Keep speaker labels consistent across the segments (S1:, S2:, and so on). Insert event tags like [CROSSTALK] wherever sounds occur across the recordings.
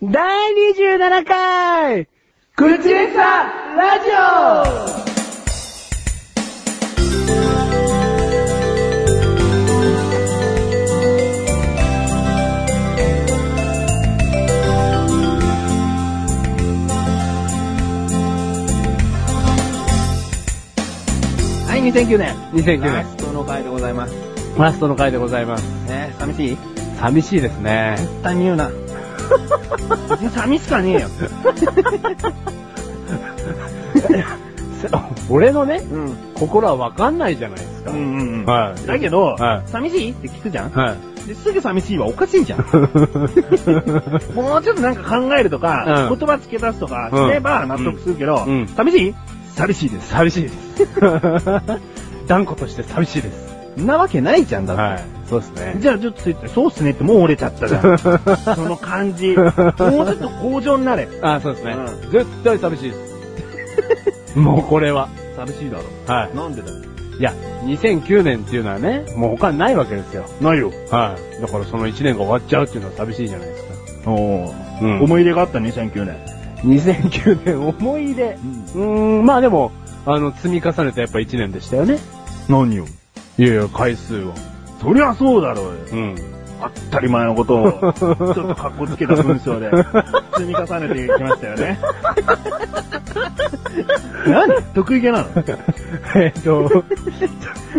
S1: 第27回口レッサラジオはい、2009年。
S2: 2009
S1: ラ
S2: 年
S1: ストの回でございます。
S2: ラストの回でございます。
S1: ね寂しい
S2: 寂しいですね。
S1: 絶対に言うな。 [LAUGHS] 寂しかねえよ。
S2: [LAUGHS] 俺のね、
S1: うん。
S2: 心はわかんないじゃないですか。
S1: うんうんうん。
S2: はい。
S1: だけど、
S2: はい
S1: 寂しいって聞くじゃん
S2: はい。
S1: ですぐ寂しいはおかしい
S2: [LAUGHS]
S1: じゃん。 [LAUGHS] もうちょっとなんか考えるとか、
S2: うん
S1: 言葉付け出すとかすれば
S2: うん
S1: 納得するけど、
S2: うん
S1: 寂しい寂しいです。
S2: 寂しいです。 [LAUGHS] 断固として寂しいです。
S1: そんなわけないじゃんだって。
S2: い。そうですね。
S1: じゃあちょっとついて、そうっすねってもう折れちゃったじ
S2: [LAUGHS]
S1: ゃん。その感じ。もうちょっと向上になれ。
S2: あ、そうですね
S1: う。
S2: 絶対寂しいです。 [LAUGHS] もうこれは。
S1: 寂しいだろ。
S2: は
S1: なんでだよ。
S2: い。いや、2009年っていうのはね、もう他にないわけですよ。
S1: ないよ。
S2: はい。だからその1年が終わっちゃうっていうのは寂しいじゃないですか。
S1: お
S2: う
S1: ー思い入れがあった2009年。
S2: 2009年思い出。うーん、まあでも、あの、積み重ねたやっぱ1年でしたよね。
S1: 何よ。
S2: いやいや、回数を。
S1: そりゃそうだろうよ。
S2: うん。
S1: 当たり前のこと [LAUGHS] を、ちょっと格好つけた文章で、積み重ねていきましたよ [LAUGHS] ね。何得意げなの
S2: えっと、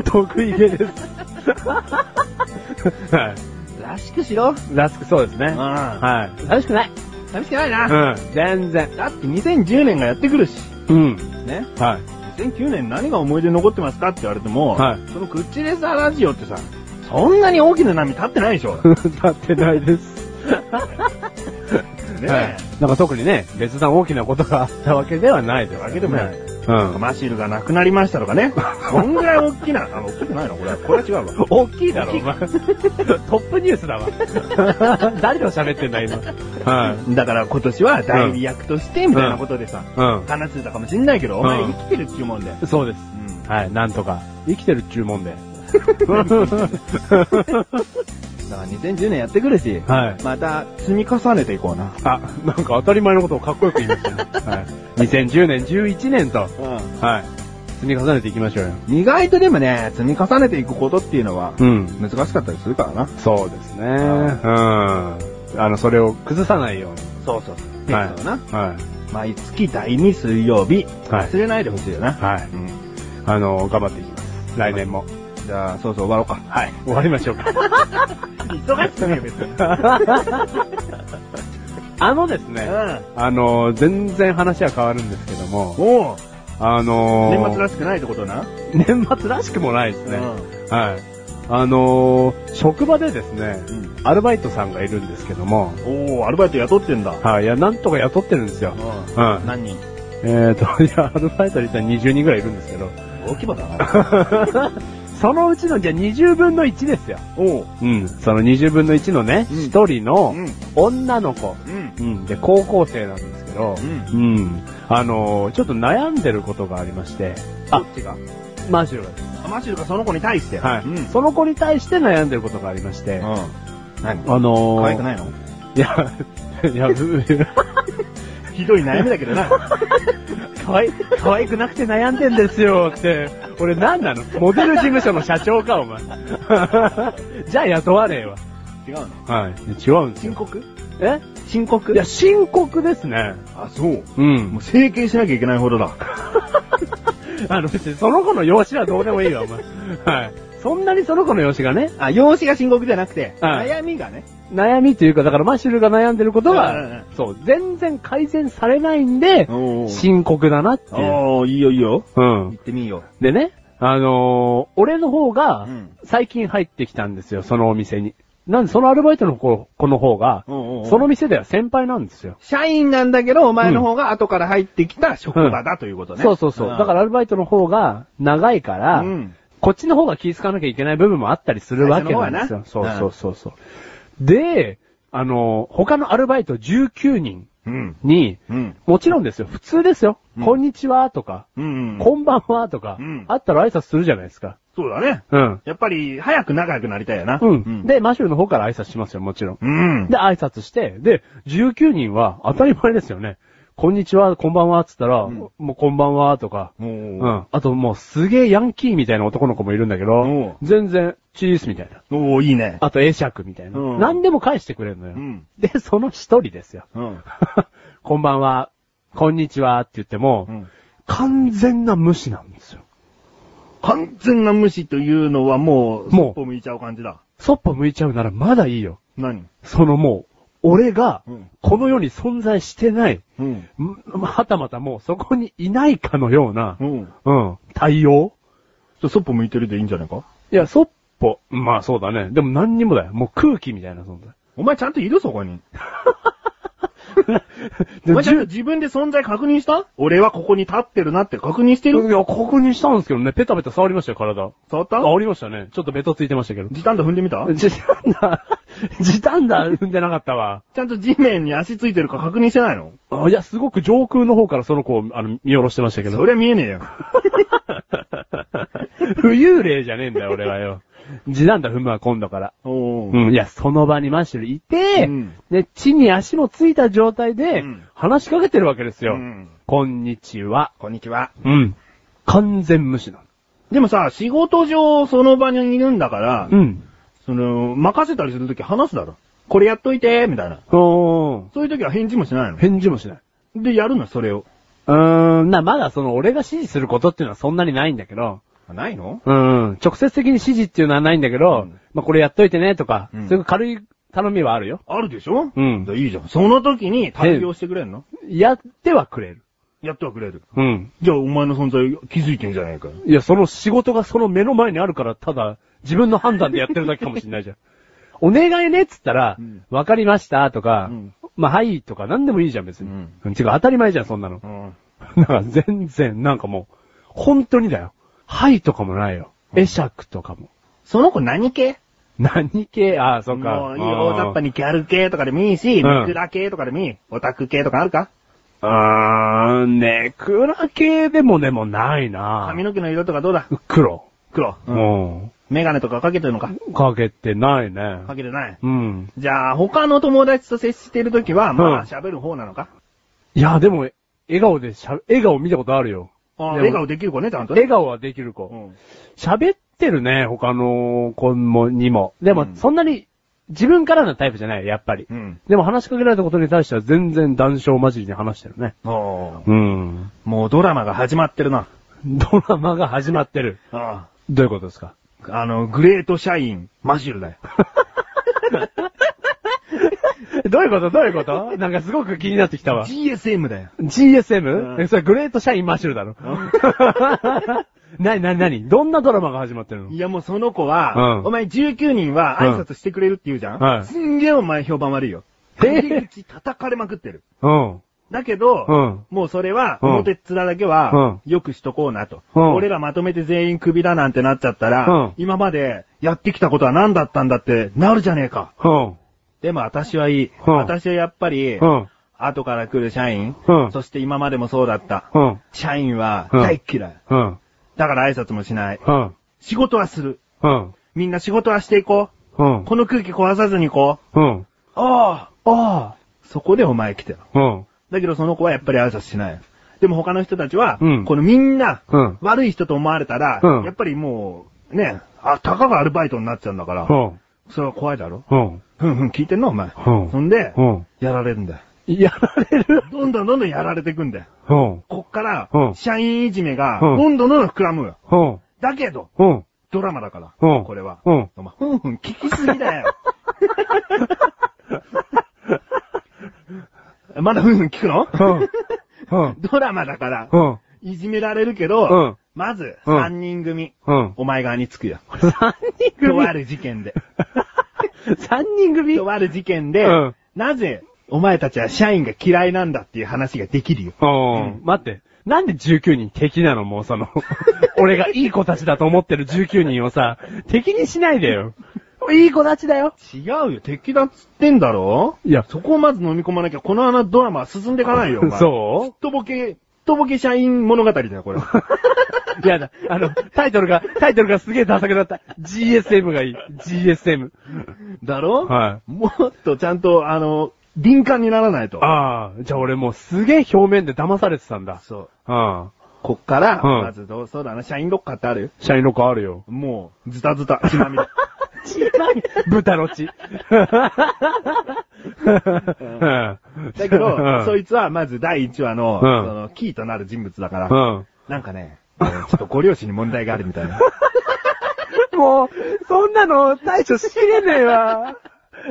S2: 得意げです。は
S1: らしくしろ。
S2: い。らしくそうですね。
S1: ああ。
S2: はい。楽しくない。
S1: 寂しくないな。
S2: うん。全然。
S1: だって2010年がやってくるし。
S2: うん。
S1: ね。
S2: はい。
S1: 2009年何が思い出に残ってますかって言われても、
S2: はい
S1: そのクッチレサラジオってさ、そんなに大きな波立ってない [LAUGHS] でしょ。
S2: 立ってないです。
S1: ね
S2: はい。なんか特にね、別段大きなことがあったわけではないです、
S1: わけでもない。
S2: うん。
S1: マシルがなくなりましたとか [LAUGHS] ね。そんぐらい大きな、あの、大きくないのこれは、これは違うわ。
S2: 大きいだろ、
S1: 大きい
S2: お前。トップニュースだわ。 [LAUGHS] 誰と喋ってんだ、今。はい。
S1: だから今年は代理役としてみたいなことでさ、
S2: う
S1: 話してたかもしんないけど、
S2: うん
S1: お前生きてるっちゅうもんで。
S2: ん。そうです。
S1: う
S2: はい、なんとか。生きてるっちゅうもんで。 [LAUGHS]
S1: ん。だから2010年やってくるし、
S2: はい。
S1: また積み重ねていこうな。
S2: あ、なんか当たり前のことをかっこよく言いま [LAUGHS] したね。はい。2010年、11年と、
S1: うん。
S2: はい。積み重ねていきましょうよ。
S1: 意外とでもね、積み重ねていくことっていうのは、
S2: うん。
S1: 難しかったりするからな。
S2: そうですね。うん。あの、それを崩さないように。
S1: そうそうそう。
S2: は
S1: はいい。な。
S2: は
S1: 毎月第2水曜日、
S2: い。はい
S1: 忘。れないでほしいよな。
S2: はい。
S1: うん。
S2: あの、頑張っていきます。来年も。
S1: じゃあ、そうそう終わろうか。
S2: はい。終わりましょうか。
S1: 忙しくねえ別に。う
S2: [LAUGHS]
S1: ん。
S2: あのですね、あの、全然話は変わるんですけども、
S1: おう
S2: あの
S1: 年末らしくないってことな。
S2: 年末らしくもないですね。はい。あのー職場でですね、
S1: うん。
S2: アルバイトさんがいるんですけども、
S1: おー、アルバイト雇ってんだ。
S2: はい、いや、なんとか雇ってるんですよ。
S1: う
S2: うん
S1: ん。。何人
S2: えっ、と、いや、アルバイトで言ったら20人ぐらいいるんですけど、
S1: 大規模だな。
S2: [LAUGHS] そのうちの、じゃあ20分の1ですよ。
S1: [LAUGHS] おう。
S2: うん。その20分の1のね、
S1: うん
S2: 一、人の
S1: うん。
S2: 女の子、
S1: うん。
S2: うん、で、高校生なんですけど
S1: う、ん。
S2: うん。あのーちょっと悩んでることがありまして、あ
S1: どっちが
S2: マジュがです。
S1: マシルがその子に対して。
S2: はい、
S1: うん。
S2: その子に対して悩んでることがありまして、あ
S1: 何
S2: のー
S1: 可愛くないの
S2: いや、いや、う
S1: ひどい悩みだけどな。
S2: 可愛い、可愛くなくて悩んでんですよって。俺何なのモデル事務所の社長か、お前。 [LAUGHS] じゃあ雇わねえわ。
S1: [LAUGHS] 違うの
S2: はい。違うんです
S1: 深
S2: よ。
S1: 刻
S2: え
S1: 深刻
S2: いや、深刻ですね。
S1: あ、そう。
S2: う。
S1: もうん整形しなきゃいけないほどだ。
S2: あの、別にその子の容姿はどうでもいいわ、お前。はい。そんなにその子の容姿がね、
S1: あ、容姿が深刻じゃなくて、
S2: はい
S1: 悩みがね。
S2: 悩みというか、だからマシュルが悩んでること
S1: うんうんう
S2: は
S1: ん、
S2: そう、全然改善されないんで、
S1: おー
S2: 深刻だなっていう。
S1: おー、いいよいいよ。
S2: うん
S1: 行っ。てみよ
S2: でね、あのー俺の方
S1: う。
S2: が、
S1: ん。
S2: 最近入ってきたんですよ、そのお店に。なんで、そのアルバイトの子子の方が、そ
S1: そ
S2: の、店では先輩なんですよ。
S1: 社員なんだけど、お前の方が後から入ってきた職場だということね。
S2: そうそうそう。だからアルバイトの方が長いから、
S1: らうん。
S2: こっちの方が気遣わなきゃいけない部分もあったりするわけなんですよ。
S1: 最
S2: そう
S1: 初の方はな
S2: そうそうそう。で、あのー他のアルバイト19人
S1: うん。
S2: に、
S1: うん。
S2: もちろんですよ、普通ですよ。
S1: うん
S2: こんにちはとか、
S1: うん。
S2: こんばんはとか、
S1: うん
S2: あったら挨拶するじゃないですか。
S1: そうだね。
S2: うん。
S1: やっぱり、早く仲良くなりたいよな。
S2: うん。、で、マシュルの方から挨拶しますよ、もちろん。
S1: うん。
S2: で、挨拶して、で、19人は当たり前ですよね。こんにちは、こんばんは、つったら、
S1: うん
S2: もうこんばんは、とか。
S1: もう
S2: う、ん。あともうすげえヤンキーみたいな男の子もいるんだけ
S1: おう
S2: ど、全然、チースみたいな。
S1: おー、いいね。
S2: あと、会釈みたいな。
S1: うん
S2: 何でも返してくれるのよ。
S1: うん。
S2: で、その一人ですよ。 [LAUGHS]
S1: うん。
S2: こんばんは、こんにちはって言っても、
S1: うん
S2: 完全な無視なんですよ。
S1: 完全な無視というのはもう、
S2: もう
S1: そっぽ向いちゃう感じだ。
S2: そっぽ向いちゃうならまだいいよ。
S1: 何
S2: そのもう、俺が
S1: うん、
S2: この世に存在してない、
S1: うん。
S2: んはたまたもうそこにいないかのような
S1: う、ん。
S2: うん、対応
S1: そそっぽ向いてるでいいんじゃないか
S2: いや、そっぽ、まあそうだね。でも何にもだよ。もう空気みたいな存在。
S1: お前ちゃんといるそこに。
S2: [LAUGHS]
S1: お
S2: で
S1: 前ちゃんと
S2: じ
S1: 自分で存在確ゅ認した俺はここに立ってるなって確認して
S2: ゅい
S1: る
S2: や、確認したんですけどね、ペタペタ触りましたよ、体。
S1: 触った
S2: あ、ありましたね。ちょっとベトついてましたけど。
S1: 時短度踏んでみた
S2: 時短だ、 [LAUGHS] 時短だ、踏んでなかったわ。
S1: ちゃんと地面に足ついてるか確認してないの
S2: あいや、すごく上空の方からその子を、あの、見下ろしてましたけ [LAUGHS]
S1: そ
S2: ど。
S1: りゃ見えねえよ。
S2: 浮遊霊じゃねえんだよ、俺はよ。時短だ、踏むわ、今度から。
S1: お
S2: う
S1: ー。
S2: ん、いや、その場にマッシュルいて、
S1: うん
S2: で、地に足もついた状態で、
S1: うん
S2: 話しかけてるわけですよ。
S1: うん
S2: こんにちは。
S1: こんにちは。
S2: うん。完全無視な
S1: でもさ、仕事上その場にいるんだから、
S2: の。うん。
S1: その、任せたりするとき話すだろ。これやっといて、みたいな。
S2: おー。
S1: そういうときは返事もしないの。
S2: 返事もしない。
S1: で、やるの、それを。
S2: うーん、な、まだその、俺が指示することっていうのはそんなにないんだけど、
S1: ないの
S2: うん、直接的に指示っていうのはないんだけど、
S1: うん
S2: まあ、これやっといてね、とか、
S1: うん
S2: そういう軽い頼みはあるよ。
S1: あるでしょ
S2: うん
S1: だいいじゃん。その時に対応してくれんの
S2: やってはくれる。
S1: やってはくれる。
S2: うん。
S1: じゃあ、お前の存在気づいてんじゃないか。
S2: いや、その仕事がその目の前にあるから、ただ、自分の判断でやってるだけかもしれないじゃん。
S1: [LAUGHS]
S2: お願いねっつったら
S1: うん、
S2: わ、かりましたとか、
S1: うん
S2: まあ、はいとか、なんでもいいじゃん、別に。
S1: うん
S2: うん。違う、当たり前じゃん、そんなの
S1: う。ん。
S2: だから、全然、なんかもう、本当にだよ。はいとかもないよ。会釈とかも。
S1: その子何系
S2: 何系ああ、そっか。
S1: もういいよ、大雑把
S2: に。
S1: にギャル系とかでもいいし、
S2: うん
S1: ネクラ系とかでもいい。オタク系とかあるか
S2: あー、ネクラ系でもでもないな
S1: 髪の毛の色とかどうだ
S2: 黒。
S1: 黒。
S2: うん。
S1: メガネとかかけてるのか
S2: かけてないね。
S1: かけてない。
S2: うん。
S1: じゃあ、他の友達と接してるときは、ま
S2: うん
S1: あ、喋る方なのか
S2: いや、でも、笑顔でしゃ、笑顔見たことあるよ。
S1: あー
S2: でも
S1: 笑顔できる子ね、ちゃんとね。
S2: 笑顔はできる子。
S1: うん
S2: 喋ってるね、他の子も、にも。で
S1: う
S2: も、
S1: ん
S2: そんなに、自分からのタイプじゃない、やっぱり。
S1: うん。
S2: でも話しかけられたことに対しては全然談笑交じりに話してるね。
S1: あー
S2: うん。
S1: もうドラマが始まってるな。
S2: ドラマが始まってる。
S1: あ
S2: どういうことですか
S1: ーあの、グレート社員、マシュル [LAUGHS] だよ。
S2: [LAUGHS] どういうことどういうことなんかすごく気になってきたわ。
S1: GSM だよ。
S2: GSM?
S1: うん
S2: えそれグレート社員マッシュルだろ。 [LAUGHS] なになになにどんなドラマが始まってるの
S1: いやもうその子は、
S2: うん
S1: お前19人は挨拶してくれるって言うじゃん、
S2: はい
S1: すんげえお前評判悪いよ。
S2: えー
S1: 入り口叩かれまくってる。
S2: うん。
S1: だけ [LAUGHS] ど、
S2: うん
S1: もうそれは、
S2: うん
S1: 表っ面だけは、よくしとこうなと、
S2: うん
S1: 俺らまとめて全員クビだなんてなっちゃったら、
S2: うん
S1: 今までやってきたことは何だったんだってなるじゃねえか。
S2: うん。
S1: でも私はいい。
S2: うん
S1: 私はやっぱり、
S2: うん。
S1: 後から来る社員、
S2: うん
S1: そして今までもそうだった。
S2: うん。
S1: 社員は
S2: うん
S1: 大っ嫌い。
S2: うん。
S1: だから挨拶もしない。
S2: うん。
S1: 仕事はする。
S2: うん。
S1: みんな仕事はしていこ
S2: うん
S1: う。。この空気壊さずにいこう。
S2: うん。
S1: ああ、ああ。そこでお前来てよ。
S2: うん。
S1: だけどその子はやっぱり挨拶しない。でも他の人たちは、
S2: うん
S1: このみんな、
S2: うん
S1: 悪い人と思われたら、
S2: うん
S1: やっぱりもう、ね、あ、たかがアルバイトになっちゃうんだから、
S2: うん。
S1: それは怖いだろ
S2: うん。
S1: ふんふん聞いてんのお前。
S2: うん
S1: そんで、
S2: うん
S1: やられるんだよ。
S2: やられる
S1: どんどんどんどんやられていくんだよ。
S2: うん。
S1: こっから、
S2: うん
S1: 社員いじめが、
S2: うん
S1: どんどんどんどん膨らむよ。
S2: うん。
S1: だけど、
S2: うん。
S1: ドラマだから、
S2: うん
S1: これは。
S2: うん
S1: お前、ふんふん聞きすぎだよ。 [LAUGHS] まだふんふん聞くの
S2: うん。うん。
S1: ドラマだから、
S2: うん。
S1: いじめられるけど、
S2: うん
S1: まず、
S2: うん
S1: 3人組、
S2: うん。
S1: お前側につくよ。
S2: 三人
S1: とあ
S2: 組
S1: る事件で。
S2: 三人組
S1: とある事件で、
S2: うん
S1: なぜ、お前たちは社員が嫌いなんだっていう話ができるよ。
S2: うん。待って。なんで19人敵なのもうその、俺がいい子たちだと思ってる19人をさ、敵にしないでよ。いい子たちだよ。
S1: 違うよ、敵だっつってんだろ
S2: いや
S1: そこをまず飲み込まなきゃ、この穴ド [LAUGHS] ラマは進んでいかないよ、お前。う。
S2: そ
S1: すっとぼけ、すっとぼけ社員物語だよ、これ。
S2: [LAUGHS] やだ。あの、タイトルが、タイトルがすげえダサくなった。GSM がいい。GSM。
S1: [LAUGHS] だろ。
S2: はい
S1: [LAUGHS] もっとちゃんと、あの、敏感にならないと。
S2: ああ、じゃあ俺もうすげえ表面で騙されてたんだ。
S1: そう。
S2: うん。
S1: こっから、
S2: うん
S1: まずどう、そうだな、社員ロッカーってある
S2: シャインロックあるよ。
S1: もう、ズタズタ、血ま [LAUGHS] みれ。
S2: 豚の血。だ
S1: だけど、そいつはまず第1話の、
S2: ん
S1: その、キーとなる人物だから、
S2: うん。
S1: なんかね、え [LAUGHS] ーちょっとご両親に問題があるみたいな。
S2: もう、そんなの対処しきれねえわ。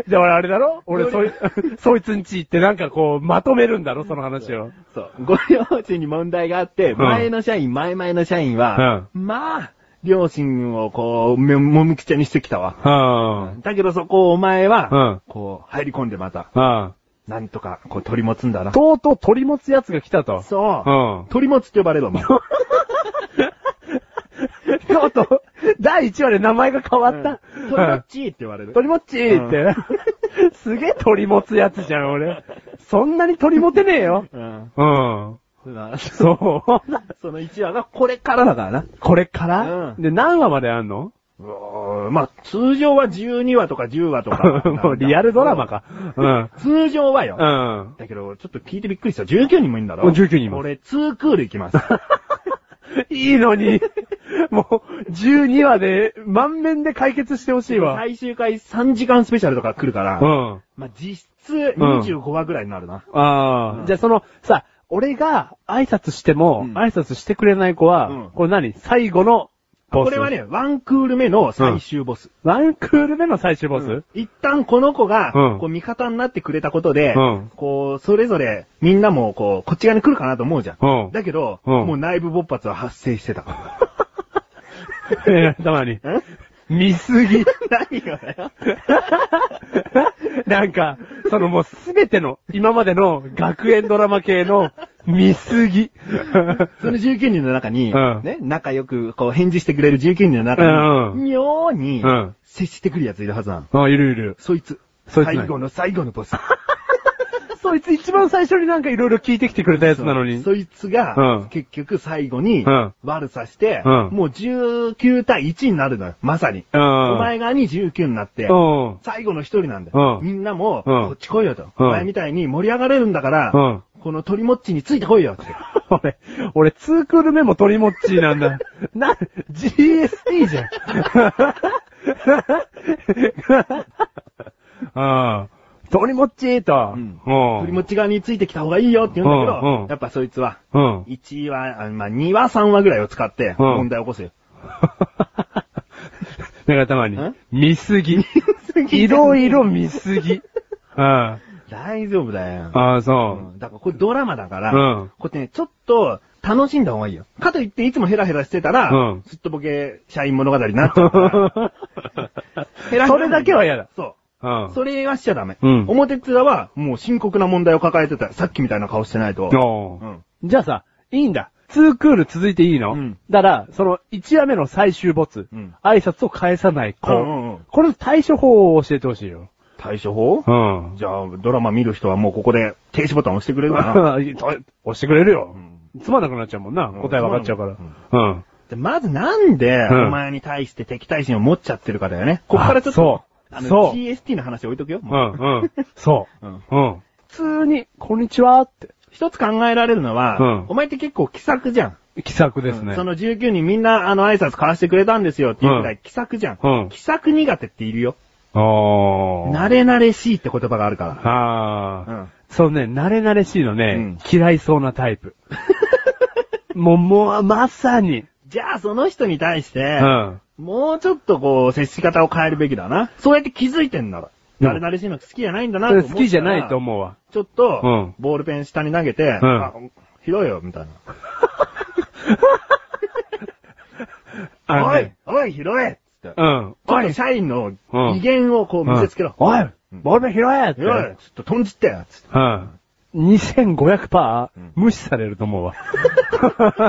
S2: じゃあ俺あれだろ俺そい、そいつんち行ってなんかこう、まとめるんだろその話を。
S1: [LAUGHS] そう。ご両親に問題があって、
S2: ん
S1: 前の社員、前々の社員は、まあ、両親をこう、め、もむくちゃにしてきたわ。
S2: うん。
S1: だけどそこをお前
S2: うん
S1: は、こう、入り込んでまた、
S2: うん。
S1: なんとか、こう、取り持つ
S2: [LAUGHS]
S1: んだな。
S2: とうとう取り持つ奴が来たと。
S1: そうう。取り持つって呼ばれるお [LAUGHS] 前。
S2: ん。とうとう、第1話で名前が変わった。
S1: うん取り持ちって言われる。
S2: 鳥もっちーって。 [LAUGHS] すげえ鳥持つやつじゃん、俺。そんなに鳥持てねえよ。
S1: うん。
S2: うん。
S1: そ
S2: そう。
S1: その1話がこれからだからな。
S2: これから、
S1: うん
S2: で、何話まであんの
S1: うーんまあ、通常は12話とか10話と [LAUGHS] か。
S2: [LAUGHS] もうリアルドラマ。か。 [LAUGHS] うん。
S1: 通常はよ。
S2: うん。
S1: だけど、ちょっと聞いてびっくりした。19人もいるんだろ
S2: うん19人も
S1: 俺、2クール行
S2: [LAUGHS]
S1: きます。
S2: いいのに、もう、12話で、満面で解決してほしいわ。
S1: 最終回3時間スペシャルとか来るから、
S2: うん。
S1: まあ、実質25話ぐらいになるな。
S2: ああ、
S1: うん
S2: じゃあその、さ、俺が挨拶しても、
S1: うん
S2: 挨拶してくれない子は、
S1: うん
S2: これ何最後のボス。
S1: これは。ね、ワンクール目の最終ボス。
S2: ワンクール目の最終ボス、
S1: 一旦この子が、
S2: うん
S1: こう味方になってくれたことで、
S2: うん
S1: こう、それぞれみんなもこう、こっち側に来るかなと思うじゃん。
S2: うん
S1: だけど、
S2: うん
S1: もう内部勃発は発生してた。
S2: [LAUGHS] えーたまに。
S1: ん
S2: 見すぎ。
S1: 何がだよ。
S2: なんか、そのもうすべての、今までの学園ドラマ系の見す
S1: [LAUGHS]
S2: ぎ。
S1: その19人の中に、
S2: うん
S1: ね、仲良くこう返事してくれる19人の中
S2: うん
S1: に、妙に
S2: うん
S1: 接してくるやついるはずなの。
S2: あ、いるいる。
S1: そいつ。
S2: そいつ何
S1: 最後の最後のボス。
S2: そいつ一番最初になんかいろいろ聞いてきてくれたやつなのに。
S1: そいつ
S2: う
S1: が
S2: ん、
S1: 結局最後に
S2: うん、
S1: 悪さして、
S2: うん
S1: もう19対1になるのよ。まさに。
S2: うん。
S1: お前側に19になって
S2: う、ん。
S1: 最後の一人なんだよ。
S2: うん
S1: みんなも、
S2: うん
S1: こっち来いよと。
S2: うん
S1: お前みたいに盛り上がれるんだから、
S2: うん
S1: この鳥もっちについて来いよって。
S2: [LAUGHS] 俺、俺、ツークール目も鳥もっちーなんだ。な、GST じゃん。 [LAUGHS] ああ、鳥もっちーと。
S1: うん
S2: うん
S1: 鳥もっち側についてきた方がいいよって言うんだけ
S2: うんうん
S1: ど、やっぱそいつは、
S2: うん。 [LAUGHS]
S1: 1話、あまあ、2話、3話ぐらいを使って、
S2: うん
S1: 問題を起こすよ。
S2: だからたまに
S1: ん、
S2: 見すぎ。いろいろ見す
S1: [LAUGHS]
S2: ぎ。あ
S1: 大丈夫だよ。
S2: あ、ああ、そう。
S1: うんだからこれドラマだから、
S2: うん
S1: こうやってね、ちょっと楽しんだ方がいいよ。かといっていつもヘラヘラしてたら、
S2: うん
S1: すっとぼけ社員物語になっちゃ
S2: [LAUGHS]
S1: うから。ヘラヘラ
S2: それだけは嫌だ。
S1: そうう。
S2: ん。
S1: それはしちゃダメ。
S2: うん
S1: 表っ面はもう深刻な問題を抱えてた。さっきみたいな顔してないと。
S2: おー
S1: うん
S2: じゃあさ、いいんだ。ツークール続いていいの、
S1: うん
S2: だから、その1話目の最終没、
S1: うん
S2: 挨拶を返さない子、
S1: うんうんうん
S2: これの対処法を教えてほしいよ。
S1: 対処法
S2: ん。
S1: じゃあ、ドラマ見る人はもうここで停止ボタン押してくれるか
S2: [LAUGHS]
S1: な。
S2: 押してくれるよ、
S1: う
S2: つまんなくなっちゃうもんな。
S1: うん
S2: 答え分かっちゃうから。うん。
S1: でまずなんで、
S2: ん
S1: お前に対して敵対心を持っちゃってるかだよね。ここからちょっと、
S2: あそう
S1: あの
S2: そう
S1: GST の話置いとくよ。もう
S2: うん、うん。そう。
S1: うん
S2: うん。普通に、こんにちはって。
S1: 一つ考えられるのは、
S2: うん
S1: お前って結構気さくじゃん。
S2: 気さくですね。
S1: その19人みんなあの挨拶交わしてくれたんですよっていうくらい気さくじゃん。
S2: うん
S1: 気さく苦手っているよ。
S2: おー。
S1: 慣れ慣れしいって言葉があるか
S2: ああ、
S1: うん
S2: そうね、慣れ慣れしいのね、嫌いそうなタイプ。
S1: [LAUGHS]
S2: もう、もう、まさに。
S1: ら。じゃあその人に対し
S2: う
S1: て、
S2: ん。
S1: もうちょっとこう、接し方を変えるべきだな。そうやって気づいてんな
S2: う
S1: ら。
S2: ん
S1: 慣れ慣れしいの好きじゃないんだな
S2: そ
S1: と思
S2: れ
S1: ったら
S2: 好きじゃないと思うわ。
S1: ちょっと、
S2: うん
S1: ボールペン下に投げて、
S2: ん
S1: あ拾えよ、みたいな。
S2: あの
S1: おい
S2: ね、
S1: おい、拾えつって
S2: う。ん。
S1: おい、社員の威厳をこう見せつけろ。
S2: うんおい
S1: うん
S2: ボールペン拾えって。
S1: いやいやちょっと飛んじってよつって。
S2: うん。2500%
S1: うん
S2: 無視されると思うわ。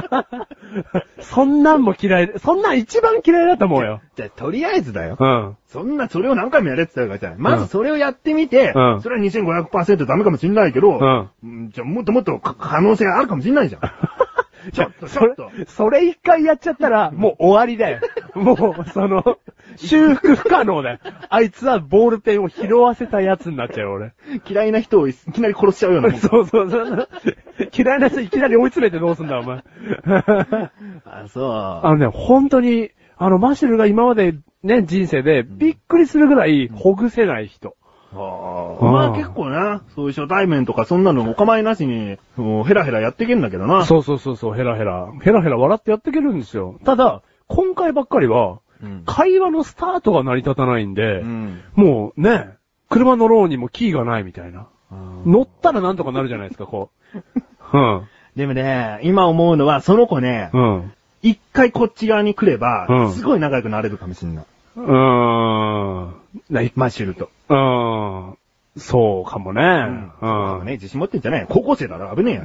S2: [LAUGHS] そんなんも嫌い、そんなん一番嫌いだと思うよ。
S1: じゃあ、とりあえずだよ。
S2: うん。
S1: そんな、それを何回もやれって言ったわけじゃない。まずそれをやってみて、
S2: うん
S1: それは2500%ダメかもしんないけ
S2: う
S1: ど、
S2: ん [LAUGHS]
S1: うんじゃあもっともっとか可能性あるかもしんないじゃん。ちょっと、ちょっと
S2: そ。れ、それ一回やっちゃったら、もう終わりだよ。もう、その、修復不可能だよ。あいつはボールペンを拾わせたやつになっちゃうよ、俺。
S1: 嫌いな人をいきなり殺しちゃうようなもん。
S2: そうそうそう。 [LAUGHS] 嫌いな人いきなり追い詰めてどうすんだ、お前。
S1: あ、そう。
S2: あのね、本当に、あの、マシュルが今までね、人生で、びっくりするぐらい、ほぐせない人。
S1: あーまあ結構な、そういう初対面とかそんなのお構いなしに、もうヘラヘラやってけんだけどな。
S2: そうそうそうそう、ヘラヘラ。ヘラヘラ笑ってやっていけるんですよ。ただ、今回ばっかりは、
S1: うん。
S2: 会話のスタートが成り立たないんで、
S1: うん。
S2: もうね、車乗ろうにもキーがないみたいな。
S1: うん
S2: 乗ったらなんとかなるじゃないですか、こ
S1: [LAUGHS]
S2: う。うん。
S1: でもね、今思うのは、その子ね、
S2: うん。
S1: 一回こっち側に来れ
S2: う
S1: ば
S2: ん、
S1: すごい仲良くなれるかもしんない。
S2: うーん。ない
S1: マッシュルと。
S2: うーん。そうかもね。
S1: うん。そう
S2: う
S1: だ
S2: ん。
S1: ね、自信持ってんじゃない高校生だろ、危ねえや。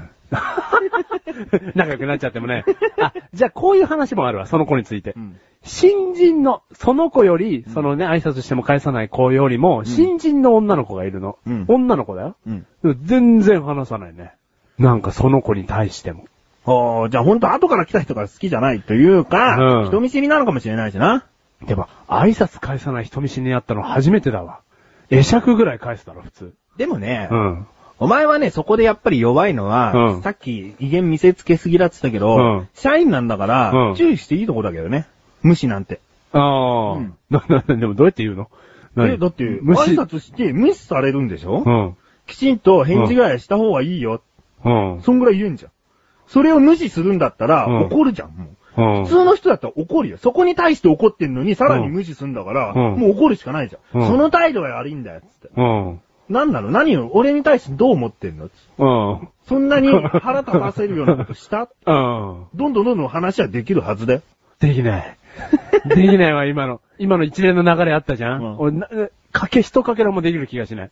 S2: [LAUGHS] 仲良くなっちゃってもね。あ、じゃあこういう話もあるわ、その子について。
S1: ん。
S2: 新人の、その子より、そのね、挨拶しても返さない子よりも、新人の女の子がいるの。
S1: うん
S2: 女の子だよ。
S1: うん。
S2: でも全然話さないね。なんかその子に対しても。
S1: ああ、じゃあほんと後から来た人が好きじゃないというか、
S2: うん
S1: 人見知りなのかもしれないしな。
S2: でも、挨拶返さない人見知りにあったの初めてだわ。会釈ぐらい返すだろ、普通。
S1: でもね、
S2: うん。
S1: お前はね、そこでやっぱり弱いのは、
S2: うん
S1: さっき威厳見せつけすぎだって言ったけど、
S2: うん
S1: 社員なんだから、
S2: うん
S1: 注意していいとこだけどね。無視なんて。
S2: ああ、
S1: うん
S2: な、な、なでもどうやって言うの
S1: え、だって、
S2: 無視。
S1: 挨拶して無視されるんでしょ、
S2: うん。
S1: きちんと返事ぐらいした方がいいよ。
S2: うん。うん。
S1: そんぐらい言うんじゃん。それを無視するんだったら、
S2: うん
S1: 怒るじゃん、もう。普通の人だったら怒るよ。そこに対して怒ってんのに、さらに無視するんだから、
S2: うん
S1: もう怒るしかないじゃん。
S2: うん
S1: その態度が悪いんだよ、つって。
S2: うん。
S1: なんなの何を、俺に対してどう思ってんのつって
S2: うん。
S1: そんなに腹立たせるようなことした
S2: うん。
S1: どんどんどんどん話はできるはずだよ。
S2: できない。できないわ、今の。今の一連の流れあったじゃん、
S1: うん
S2: 俺な、かけ一かけらもできる気がしない。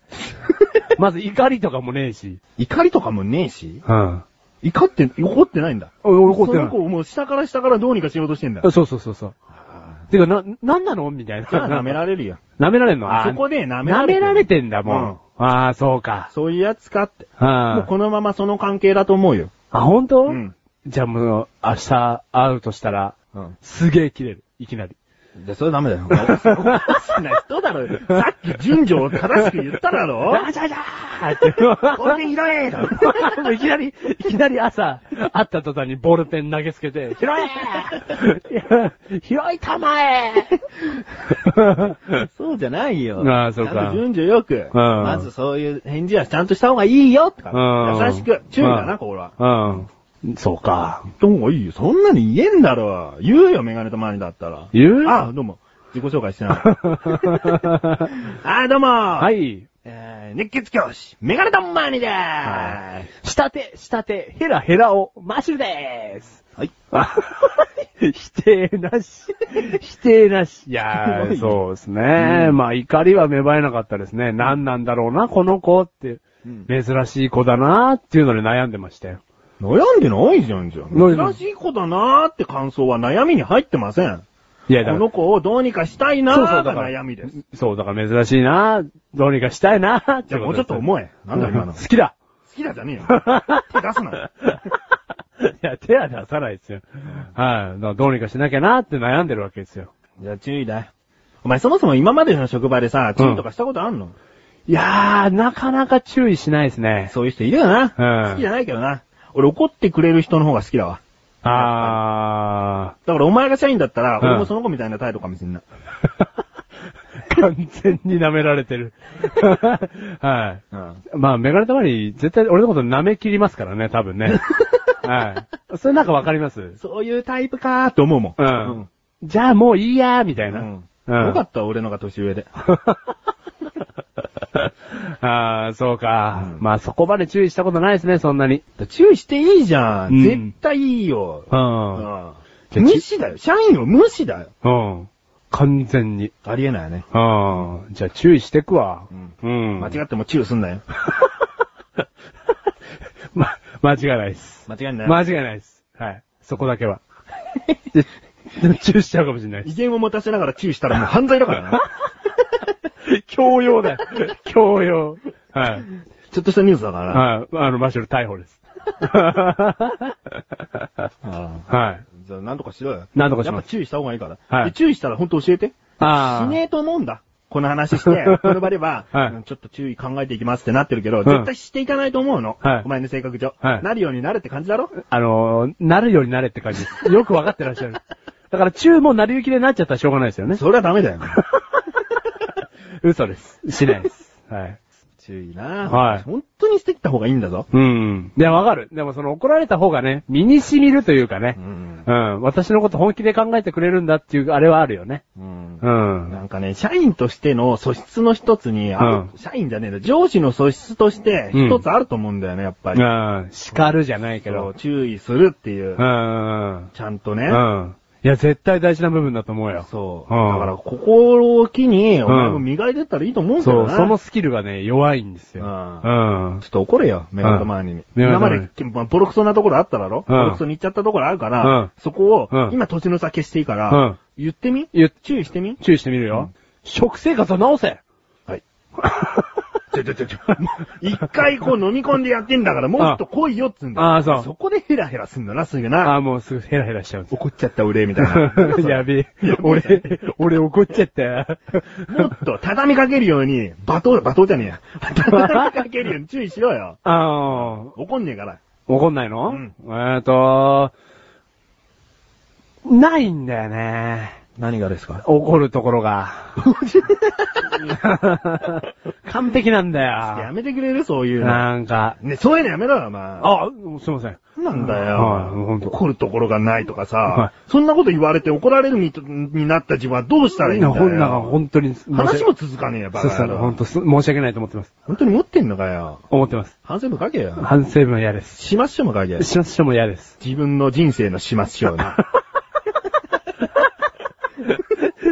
S2: まず怒りとかもねえし。
S1: 怒りとかもねえし、
S2: うん。
S1: 怒って、怒ってないんだ。
S2: 俺怒って
S1: その
S2: な
S1: 子もう下から下からどうにかしようとしてんだ。
S2: い。そうそうそうそう。てか、な、なんなのみたいな。
S1: じゃあ舐められるよ。
S2: 舐められんのあー
S1: そこで舐めら
S2: 舐
S1: れて
S2: め
S1: る
S2: られてんだ、もう。ああ、そうか。
S1: そういうやつかって。もう
S2: あー
S1: このままその関係だと思うよ。
S2: あ、ほんと
S1: うん
S2: じゃあもう、明日会うとしたら、
S1: うん。
S2: すげえ切れる。いきなり。
S1: じゃあそれダメだよ。おかしな人だろ [LAUGHS] よ。さっき順序を正しく言っただろ
S2: あじゃじゃーって。
S1: [LAUGHS] これで拾えだろ。
S2: [LAUGHS] いきなり、いきなり朝、会った途端にボールペン投げつけて、拾
S1: [LAUGHS]
S2: え拾いたまえ
S1: [LAUGHS] そうじゃないよ。
S2: ああそうか
S1: ちゃんと順序よく、
S2: うん
S1: まずそういう返事はちゃんとした方がいいよとか、
S2: うん
S1: 優しく、注意だ
S2: う
S1: な、
S2: ん
S1: これは。
S2: うん。そうか。
S1: 言った方がいいよ。そんなに言えんだろ。言うよ、メガネとマニだったら。
S2: 言う
S1: あ、どうも。自己紹介してない。あ、どうも。は。
S2: [LAUGHS] はいい。
S1: えー、熱血教師、メガネとマニでーす。
S2: 下手、下手、ヘラヘラを、マッシュルでーす。
S1: はい。
S2: あ [LAUGHS] 否定な
S1: [LAUGHS]
S2: し。否定なし。いやー、そうですね。まあ、怒りは芽生えなかったですね。何なんだろうな、この子って。
S1: うん
S2: 珍しい子だなーっていうので悩んでましたよ。
S1: 悩んでないじゃん、じゃ
S2: ない
S1: あ。珍しい子だなーって感想は悩みに入ってません。
S2: いや、だ
S1: こ
S2: から
S1: の子をどうにかしたいな
S2: そうそ
S1: ー
S2: うだ
S1: が
S2: から
S1: 悩みです。
S2: そう、だから珍しいなどうにかしたいな
S1: じゃあもうちょっと思え。なんだ
S2: [LAUGHS]
S1: 今の。
S2: 好きだ
S1: 好きだじゃね
S2: [LAUGHS]
S1: えよ。手出すなよ。
S2: いや、手は出さないですよ。はい。だからどうにかしなきゃなって悩んでるわけですよ。
S1: じゃあ注意だよ。お前そもそも今までの職場でさ、注意とかしたことあんの、
S2: いやー、なかなか注意しないですね。
S1: そういう人いるよな。
S2: うん
S1: 好きじゃないけどな。俺怒ってくれる人の方が好きだわ。
S2: あ
S1: だからお前が社員だったら、
S2: うん
S1: 俺もその子みたいな態度かもしんない。
S2: [LAUGHS] ー。完全に舐められてる。はい。
S1: うん。
S2: まあ、メガネたまに絶対俺のこと舐め切りますからね、多分 [LAUGHS] ね。はい。それなんかわかります
S1: そういうタイプかーって思うもん。
S2: うん。じゃあもういいやー、みた
S1: う
S2: いな。
S1: ん。
S2: うん
S1: よかった、俺のが年上で。
S2: [LAUGHS] ああ、そうか。
S1: うん
S2: まあそこまで注意したことないですね、そんなに。
S1: 注意していいじゃん。
S2: うん
S1: 絶対いいよ。
S2: うん。
S1: うん。
S2: じゃあ
S1: 無視だよ。社員を無視だよ。
S2: うん。完全に。
S1: ありえないよね。
S2: うん。じゃあ注意してくわ。
S1: うん
S2: うん。
S1: 間違ってもチューすん
S2: [LAUGHS]
S1: なよ。
S2: ま、間違いないです。
S1: 間違いない。
S2: 間違いないです。はい。そこだけは。 [LAUGHS] ででも注意しちゃうかもしれないで
S1: 威
S2: す。
S1: 厳を持たせながらチューしたらもう犯罪だからな。
S2: [LAUGHS] 教 [LAUGHS] 養だよ。教養。はい。
S1: ちょっとしたニュースだからな。
S2: はい。あの、マシュル逮捕です。
S1: ああ。
S2: はい。
S1: じゃあ、なんとかしろよ。
S2: なんとかします
S1: やっぱ注意した方がいいから。
S2: はい
S1: で注意したら本当教えて。
S2: ああ。
S1: しねえと思うんだ。この
S2: [LAUGHS]
S1: 話して、この場では、
S2: はい
S1: うんちょっと注意考えていきますってなってるけど、
S2: ん
S1: 絶対していかないと思うの。
S2: はい
S1: お前の性格上、
S2: はい
S1: なるようになれって感じだろ
S2: あのー、なるよりなれって感じです。よくわかってらっしゃる。だから、中もなりゆきでなっちゃったらしょうがないですよね。
S1: それはダ
S2: [LAUGHS]
S1: メだよ。
S2: 嘘です。しないです。はい。
S1: 注意な
S2: はい
S1: 本当にしてきた方がいいんだぞ。
S2: うん。いや、わかる。でも、その怒られた方がね、身に染みるというかね
S1: う。ん
S2: う。ん。私のこと本気で考えてくれるんだっていう、あれはあるよね。
S1: うん
S2: う。ん。
S1: なんかね、社員としての素質の一つに、ある
S2: うん
S1: 社員じゃねえんだ、上司の素質として一つあると思うんだよね、やっぱり。
S2: うん。叱るじゃないけ
S1: けど
S2: ど。
S1: 注意するっていう
S2: う、ん。
S1: ちゃんと
S2: う
S1: ね。
S2: ん。いや、絶対大事な部分だと思うよ。
S1: そう。
S2: うん
S1: だから、心を機に、
S2: ん
S1: お前も磨いてったらいいと思うんだ
S2: そ
S1: よ
S2: う、
S1: な。
S2: そのスキルがね、弱いんですよ。
S1: うん
S2: うん
S1: ちょっと怒れよ、目の周りに。
S2: うん
S1: 今ま
S2: 目の
S1: で
S2: 玉、
S1: まあボロクソなところあっただろ、
S2: うん
S1: ボロクソに行っちゃったところあるから、
S2: うん
S1: そこを、
S2: うん
S1: 今年の差消していいから、
S2: うん
S1: 言ってみ
S2: 言っ
S1: 注意してみ
S2: 注意してみるよ。食生活を直
S1: [LAUGHS]
S2: せ
S1: はい。ちょちょちょちょ。一回こう飲み込んでやってんだから、もっと来いよっつうんだ。
S2: ああそう
S1: そこでヘラヘラすんだな、すぐな。
S2: ああ、もうすぐヘラヘラしちゃうんです。
S1: 怒っちゃった俺、みたいな
S2: [LAUGHS] やべえ。俺、俺怒っちゃ
S1: [LAUGHS]
S2: った。
S1: もっと畳みかけるように、罵倒、罵倒じゃねえ
S2: [LAUGHS]
S1: や。畳みかけるように注意しろよ。
S2: あの
S1: 怒んねえから。
S2: 怒んないの、
S1: うん
S2: えっと、ないんだよね。
S1: 何がですか
S2: 怒るところが。完璧なんだ
S1: や
S2: よ。
S1: めてくれるそういうの。
S2: なんか。
S1: ね、そういうのやめろよ、お前。
S2: あ、すいません。
S1: なんだよ。
S2: はいほんと
S1: 怒るところがないとかさ、
S2: は
S1: そんなこと言われて怒られるにになった自分はどうしたらいいんだよ。
S2: 本が本当に。
S1: 話も続かねえよ、バ
S2: そ
S1: カ
S2: うそ
S1: 野
S2: う、
S1: 郎
S2: 本当す申し訳ないと思ってます。
S1: 本当に持ってんのかよ。
S2: 思ってます。
S1: 反省文書けよ。
S2: 反省文は嫌です。
S1: しましょも書けよ。
S2: しましても嫌
S1: [LAUGHS]
S2: です。
S1: 自分の人生のしましょう [LAUGHS] な。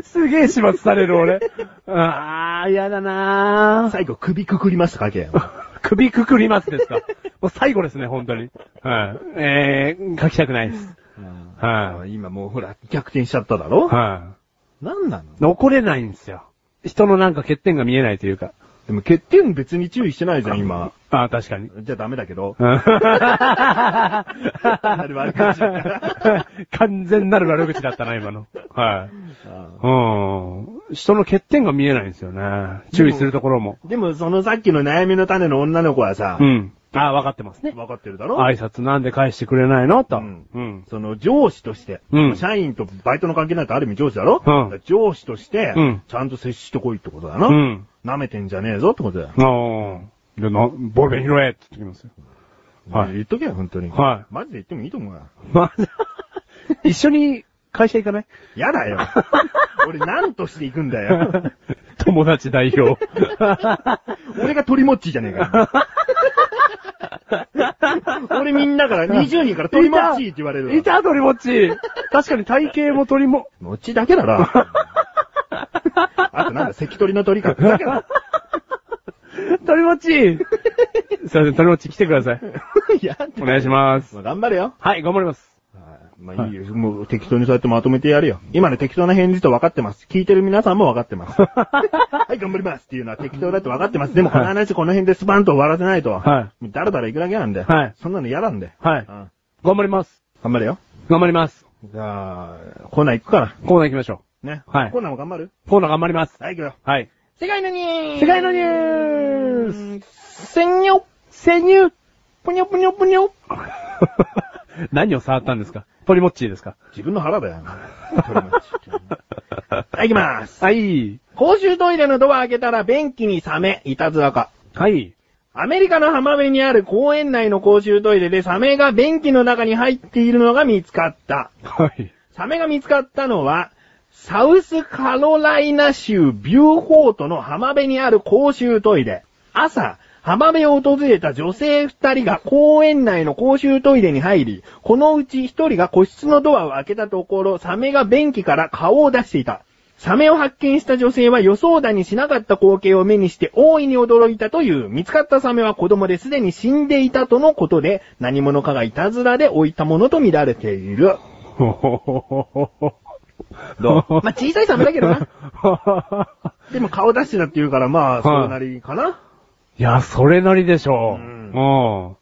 S2: すげえ始末される俺。あー、嫌だなー。
S1: 最後首くくりますと書けよ。
S2: [LAUGHS] 首くくりますですか。もう最後ですね、本当に。はい。えー、書きたくないです。は
S1: 今もうほら、逆転しちゃっただろ
S2: は
S1: なんなの
S2: い。残れないんですよ。人のなんか欠点が見えないというか。
S1: でも欠点別に注意してないじゃん、今。
S2: あー、確かに。 [LAUGHS]
S1: じゃあダメだけど。 [LAUGHS]
S2: うん
S1: る悪口だから
S2: 完全なる悪口だったな、今の。はい。うん。人の欠点が見えないんですよね。注意するところも。
S1: でもそのさっきの悩みの種の女の子はさ
S2: う、ん。ああ、わかってますね。
S1: 分かってるだろ
S2: 挨拶なんで返してくれないのと。う
S1: うん
S2: ん。
S1: その上司として、
S2: うん
S1: 社員とバイトの関係なんてある意味上司だろ、
S2: うん
S1: 上司として、
S2: うん
S1: ちゃんと接してこいってことだ
S2: う
S1: な。
S2: ん。
S1: 舐めてんじゃねえぞってことだよ。
S2: ああ。で、な、ボールペン拾えって言ってきますよ。はい
S1: 言っとけよ、本当に。
S2: はい
S1: マジで言ってもいいと思うよ。
S2: まだ、 [LAUGHS] 一緒に会社行かない
S1: や
S2: [LAUGHS]
S1: だよ。俺何として行くんだよ。
S2: 友達代表。
S1: 俺が鳥もっちーじゃねえか
S2: [LAUGHS]
S1: よ。俺みんなから、20人から [LAUGHS] 鳥もっちーって言われるわ
S2: いた、鳥もっち。確かに体型も鳥
S1: [LAUGHS]
S2: も。
S1: もっちーだけだな。あとなんだ、関鳥の鳥か。だけだ。
S2: 鳥もっち。すいません、鳥もっち来てくださ [LAUGHS] い。
S1: やだ。
S2: お願いします。
S1: まあ頑張れよ。
S2: はい、頑張ります。
S1: はいまあいいよ。もう適当にそうやってまとめてやるよ。今の適当な返事と分かってます。聞いてる皆さんも分かっ
S2: [LAUGHS]
S1: てます。はい、頑張りますっていうのは適当だと分かってます。でもこの話この辺でスパンと終わらせないと。。
S2: はい
S1: だらだらいくだけなんで。
S2: はい
S1: そんなの嫌なんで。
S2: はい
S1: うん
S2: 頑張ります。
S1: 頑張れよ。
S2: 頑張ります。
S1: じゃあ、コーナー行くから。
S2: コーナー行きましょ
S1: ね。
S2: はい
S1: コーナーも頑張る
S2: う。コーナー頑張ります。
S1: はい、行くよ。
S2: はい。 [LAUGHS]
S1: 世界のニュー
S2: 世界のニュース
S1: ース潜入
S2: 潜入
S1: ぷにょぷにょぷにょ
S2: 何を触ったんですか鳥もっちーですか
S1: 自分の腹だよ。鳥もっちーはい、行きます。
S2: はい。
S1: 公衆トイレのドア開けたら便器にサメ、いたずらか。
S2: はい。
S1: アメリカの浜辺にある公園内の公衆トイレでサメが便器の中に入っているのが見つかった。
S2: はい。 [LAUGHS]
S1: サメが見つかったのは、サウスカロライナ州ビューフォートの浜辺にある公衆トイレ。朝、浜辺を訪れた女性二人が公園内の公衆トイレに入り、このうち一人が個室のドアを開けたところ、サメが便器から顔を出していた。サメを発見した女性は予想だにしなかった光景を目にして大いに驚いたという、見つかったサメは子供ですでに死んでいたとのことで、何者かがいたずらで置いたものと見られている。
S2: ほほほほほ。
S1: どう [LAUGHS] まあ、小さいサメだけどな。でも顔出してたって言うから、まあ、それなりかな。
S2: いや、それなりでしょう。う
S1: ん
S2: ん。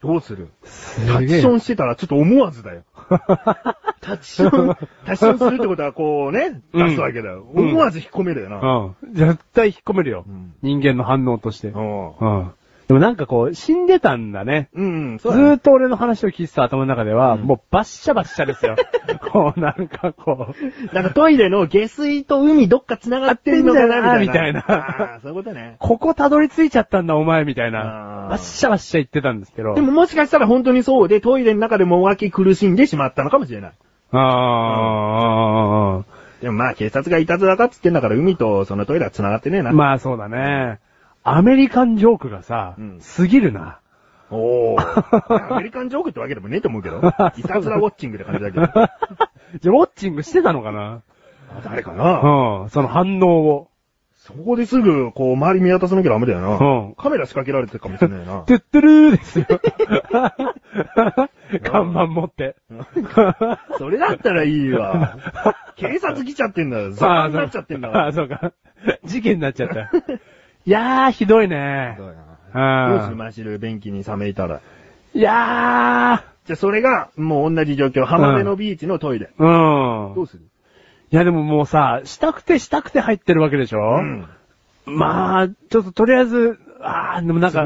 S1: どうする
S2: す
S1: タッ
S2: げ
S1: チ
S2: え
S1: ショ。ンしてたらちょっと思わず
S2: [LAUGHS]
S1: だよ。タッチション、タッチションするってことはこうね、
S2: うん
S1: 出すわけだよ。
S2: うん
S1: 思わず引っ込めるよな。
S2: うん。絶対引っ込めるよ。
S1: うん
S2: 人間の反応として。うん。
S1: う
S2: でもなんかこう、死んでたんだね。
S1: ん。うん、
S2: ず
S1: そうだね
S2: ーっと俺の話を聞いてた頭の中では、
S1: うん
S2: もうバッシャバッシャです
S1: [LAUGHS]
S2: よ。こう、なんかこう、
S1: なんかトイレの下水と海どっか繋がってるのかなみたいな。
S2: みたいな
S1: あーそういうことね。
S2: ここたどり着いちゃったんだお前みたいな
S1: あー。
S2: バッシャバッシャ言ってたんですけど。
S1: でももしかしたら本当にそうで、トイレの中でもがき苦しんでしまったのかもしれない。
S2: あー、あーあーあ
S1: でもまあ警察がいたずらかっつってんだから海とそのトイレは繋がってねえな。
S2: ーまあそうだね。アメリカンジョークがさ、
S1: うん
S2: すぎるな。
S1: おお。 [LAUGHS] アメリカンジョークってわけでもねえと思う [LAUGHS] けど。いたずらウォッチングって感じだけど。
S2: じゃあ、ウォッチングしてたのかな
S1: [LAUGHS] 誰かな、
S2: うん、その反応を。
S1: そこですぐ、こう、周り見渡さなきゃダメだよな。
S2: うん
S1: カメラ仕掛けられてるかもしれないな。
S2: トゥットゥルーです
S1: [LAUGHS]
S2: よ。看板持 [LAUGHS] って。
S1: それだったらいいわ。警察来ちゃってんだ [LAUGHS] よ。ザ
S2: あ
S1: ー
S2: あ
S1: になっちゃってんだ
S2: あ
S1: か
S2: あ、そうか。事件になっちゃった。いやー、ひどいね
S1: ら。。
S2: あ
S1: ど
S2: ー
S1: うしましる便器に冷めいたら。
S2: いや
S1: じゃあ、それが、もう同じ状況。浜辺のビーチのトイレ。
S2: ー、う
S1: ど
S2: ん。
S1: うする
S2: いや、でももうさ、したくてしたくて入ってるわけでしょ、
S1: うん。
S2: まあ、ちょっととりあえず、ああ、でもなん [LAUGHS] か、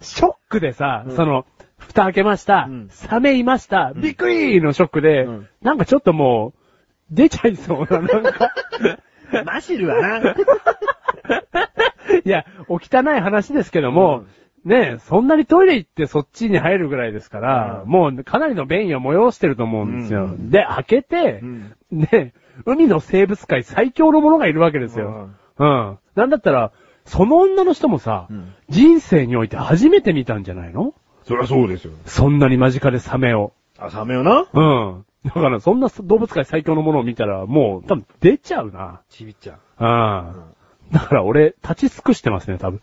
S2: ショックでさ、その、蓋開けました、
S1: うん
S2: 冷めいました、びっくりのショックで、
S1: うん
S2: なんかちょっともう、出ちゃいそうな、なんか。
S1: マシルはな。
S2: [LAUGHS] いや、お汚い話ですけども、ねえ、そんなにトイレ行ってそっちに入るぐらいですから、
S1: うん
S2: もうかなりの便意を催してると思うんですよ。
S1: うん
S2: で、開けて、
S1: うん
S2: ねえ、海の生物界最強のものがいるわけですよ。うん。なんだったら、その女の人もさ、
S1: うん
S2: 人生において初めて見たんじゃないの
S1: [LAUGHS] そりゃそうですよ。
S2: そんなに間近でサメを。
S1: あ、冷めよな。
S2: うん。だから、そんな動物界最強のものを見たら、もう、多分出ちゃうな。
S1: ちびっちゃう。
S2: うん。だから俺、立ち尽くしてますね、多分。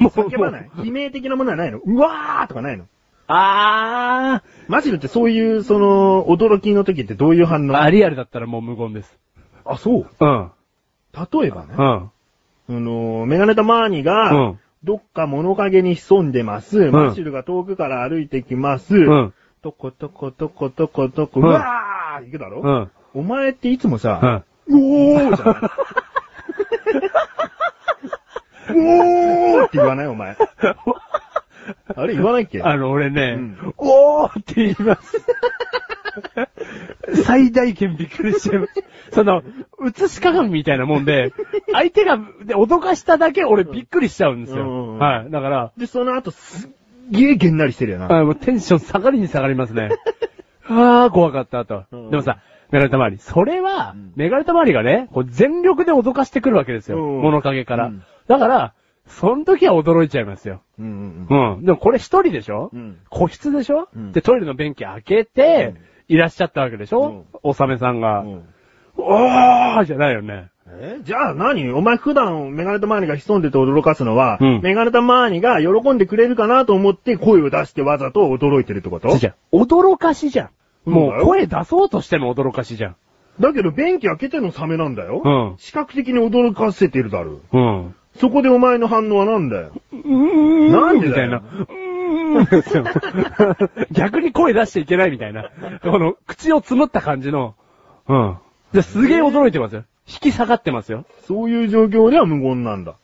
S2: もう
S1: [LAUGHS] 叫ばない悲鳴的なものはないのうわーとかないの
S2: あ
S1: マシルってそういう、その、驚きの時ってどういう反
S2: ー
S1: 応
S2: あ、リアルだったらもう無言です。
S1: あ、そう。
S2: うん。
S1: 例えばね。
S2: う
S1: あ
S2: ん。
S1: の、メガネタマーニが、
S2: うん
S1: どっか物陰に潜んでます。
S2: ん
S1: マシルが遠くから歩いてきます。
S2: うん。
S1: とことことことことこ、
S2: う
S1: うんわー行くだろ、
S2: うん。
S1: お前っていつも
S2: う
S1: さ、
S2: ん。
S1: うおーじゃないうおーって言わないお前。あれ言わないっけ
S2: あの、俺ね、
S1: うん
S2: おーって言い [LAUGHS] ます。最大限びっくりしてます。その、映し鏡みたいなもんで、相手が、で脅かしただけ俺びっくりしちゃうんです
S1: うんうんう
S2: よ。
S1: ん
S2: はい。だから、
S1: で、その後すっげーげんなりしてるよな。
S2: あもうテンション下がりに下がります
S1: [LAUGHS]
S2: ね。あー、怖かった、と。
S1: うん
S2: でもさ、メガネたまわり。それは、
S1: うん
S2: メガネたまわりがね、こう全力で脅かしてくるわけですよ。
S1: うん
S2: 物陰から。
S1: うん
S2: だから、その時は驚いちゃいますよ。
S1: うんうん
S2: うん。でもこれ一人でしょ、
S1: うん
S2: 個室でしょ、
S1: うん
S2: で、トイレの便器開けて、いらっしゃったわけでしょ、おさめさん
S1: う
S2: が。
S1: んうん。
S2: おーじゃないよね。
S1: えじゃあ何お前普段メガネタマーニが潜んでて驚かすのは、
S2: うん
S1: メガネタマーニが喜んでくれるかなと思って声を出してわざと驚いてるってこと
S2: じゃ驚かしじゃん。も
S1: そうだ
S2: う
S1: よ
S2: 声出そうとしての驚かしじゃん。
S1: だけど便器開けてのサメなんだよ。
S2: うん
S1: 視覚的に驚かせてるだろう。
S2: うん。
S1: そこでお前の反応はなんだよ。
S2: うーん。
S1: なんで
S2: み
S1: だ
S2: たい
S1: よ
S2: な。うーん。逆に声出しちゃいけないみたいな。この、口をつむった感じの。うん。ですげえ驚いてますよ。引き下がってますよ。
S1: そういう状況では無言なんだ。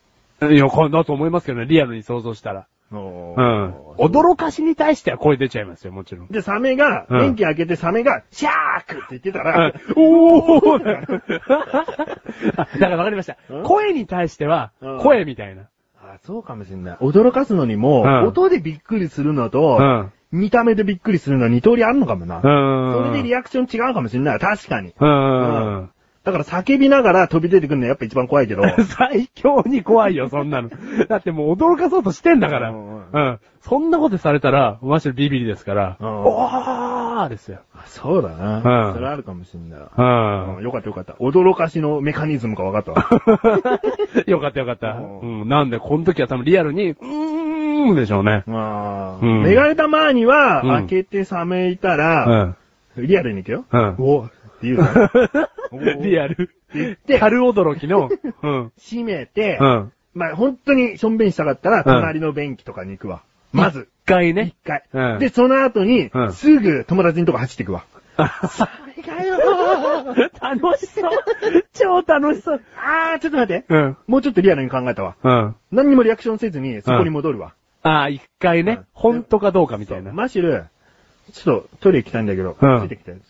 S2: いや、こんだと思いますけどね、リアルに想像したら。
S1: う
S2: うん。驚かしに対しては声出ちゃいますよ、もちろん。
S1: で、サメが、
S2: うん
S1: 便器開けてサメが、シャークって言ってたら、
S2: おおだ [LAUGHS] からわかりました
S1: うん。
S2: 声に対しては
S1: うん、
S2: 声みたいな。
S1: あそうかもしれない。驚かすのにも、
S2: うん
S1: 音でびっくりするの
S2: う
S1: と、
S2: ん。
S1: 見た目でびっくりするのは二通りあるのかもな。
S2: うん。
S1: それでリアクション違うかもしれない。確かに。
S2: うん。
S1: だから叫びながら飛び出てくるのはやっぱ一番怖い
S2: [LAUGHS]
S1: けど。
S2: 最強に怖いよ、そんなの。だってもう驚かそうとしてんだから。
S1: う
S2: うん
S1: うん
S2: ん。そんなことされたら、マジでビビリですから。
S1: うん
S2: おーですよ。
S1: あそうだな。
S2: うん
S1: それあるかもしれない。
S2: うん
S1: うん。よかったよかった。驚かしのメカニズムが分かったわ。
S2: よかったよかった。
S1: う
S2: うん。なんで、この時は多分リアルに、うーんでしょうね。 [LAUGHS]
S1: まあ、
S2: うん
S1: メガネたまーには、
S2: うん
S1: 開けて冷めいうた
S2: う
S1: ら、
S2: ん。
S1: リアルに行くよ。
S2: うん
S1: おって言うの。お
S2: リアル。
S1: って言って、
S2: 軽驚きの、うん。
S1: 閉めて
S2: う、ん。
S1: まあ、本当にしょんべんしたかったら、隣の便器とかに行くわ。まず、
S2: 一回
S1: 一
S2: ね。
S1: 回、
S2: うん
S1: で、その後に、
S2: うん
S1: すぐ友達のとこ走っていくわ。
S2: それがよ [LAUGHS] 楽しそう超楽しそう
S1: あー、ちょっと待って。
S2: うん。
S1: もうちょっとリアルに考えたわ。
S2: うん。
S1: 何にもリアクションせずに、そこに戻るわ。
S2: ああ、一回
S1: う
S2: ね
S1: ん、
S2: 本当かどうかみたいな。
S1: マシル、ちょっとトイレ行きたいんだけど、
S2: うん
S1: ついてきて。
S2: うん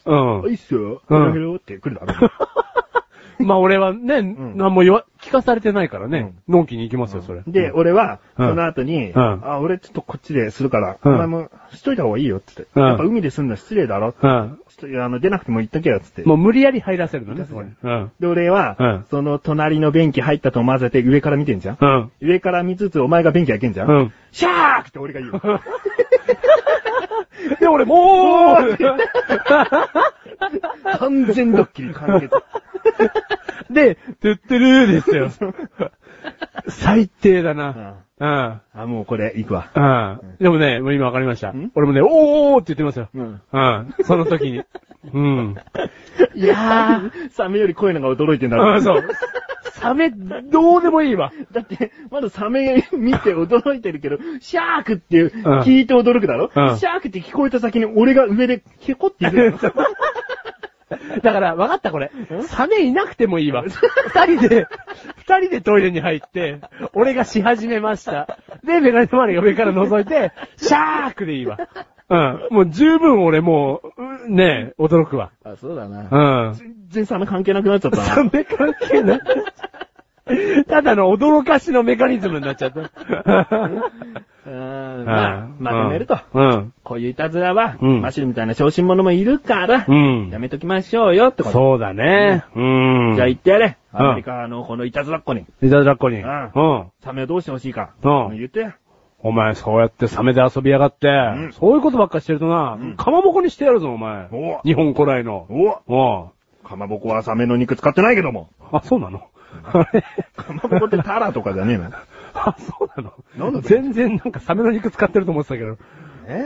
S1: あいいっすよ。
S2: うん
S1: ヘロヘロって来る
S2: [LAUGHS]
S1: だろ。
S2: まあ俺はね、
S1: ん
S2: 何も言わ、聞かされてないからね、納期に行きますよ、それ。
S1: で、
S2: うん、
S1: 俺は、
S2: うん
S1: その後に、
S2: うん
S1: あ、俺ちょっとこっちでするから、
S2: うん
S1: お前もしといた方がいいよってって、
S2: うん
S1: やっぱ海ですんの失礼だろ、
S2: うん。
S1: ちょっとあの出なくても言っとけよってって。
S2: もう無理やり入らせるのね、そこに。うん。
S1: で、俺は、
S2: うん
S1: その隣の便器入ったと混ぜて上から見てんじゃん、
S2: うん。
S1: 上から見つつお前が便器開けんじゃん、
S2: うん
S1: シャークって俺が言う。
S2: [LAUGHS] で、俺、もう
S1: 完全ドッキリ完結。
S2: [LAUGHS] で、てってるーですよ。最低だな。うん。
S1: あ、もうこれ、行くわ。
S2: うん。でもね、もう今わかりました
S1: ん。
S2: 俺もね、おーって言ってますよ。
S1: うん。
S2: [LAUGHS] うん。その時に。うん。
S1: いやー、 [LAUGHS] サメより声のが驚いてんだろ
S2: う。ん、そう。サメ、どうでもいいわ。
S1: だって、まだサメ見て驚いてるけど、シャークっていう、
S2: ん
S1: 聞いて驚くだろ、
S2: うん
S1: シャークって聞こえた先に俺が上で、ケコって言うだろ
S2: だから、わかったこれ。サメいなくてもいいわ。二人で、二人でトイレに入って、俺がし始めました。で、メガネ周りが上から覗いて、シャークでいいわ。うん。もう十分俺もう、うんねえ、驚くわ。
S1: [LAUGHS] あ、そうだな
S2: うん。
S1: 全然サメ関係なくなっちゃった
S2: サ
S1: な。
S2: メ関係ない。ただの驚かしのメカニズムになっちゃった。
S1: うーん、まあ、まとめると。
S2: うん。
S1: こういういたずらは、
S2: うん
S1: マシルみたいな小心者もいるから、
S2: うん
S1: やめときましょうよってこと。
S2: そうだね。うん。
S1: じゃあ言ってやれ。
S2: うん
S1: アメリカのこのいたずらっ子に、
S2: いたずらっ子に。う
S1: う
S2: んん。
S1: サメをどうしてほしいか。
S2: うん
S1: 言ってや。
S2: お前、そうやってサメで遊びやがって、
S1: ん
S2: そういうことばっかしてるとな、
S1: うん
S2: かまぼこにしてやるぞ、お前
S1: おう。
S2: 日本古来の。
S1: お
S2: おう
S1: かまぼこはサメの肉使ってないけども。
S2: あ、そうなのあれ
S1: かまぼこってタラとかじゃねえの
S2: [LAUGHS] あ、そうなの
S1: なんだ
S2: 全然なんかサメの肉使ってると思ってたけど。
S1: え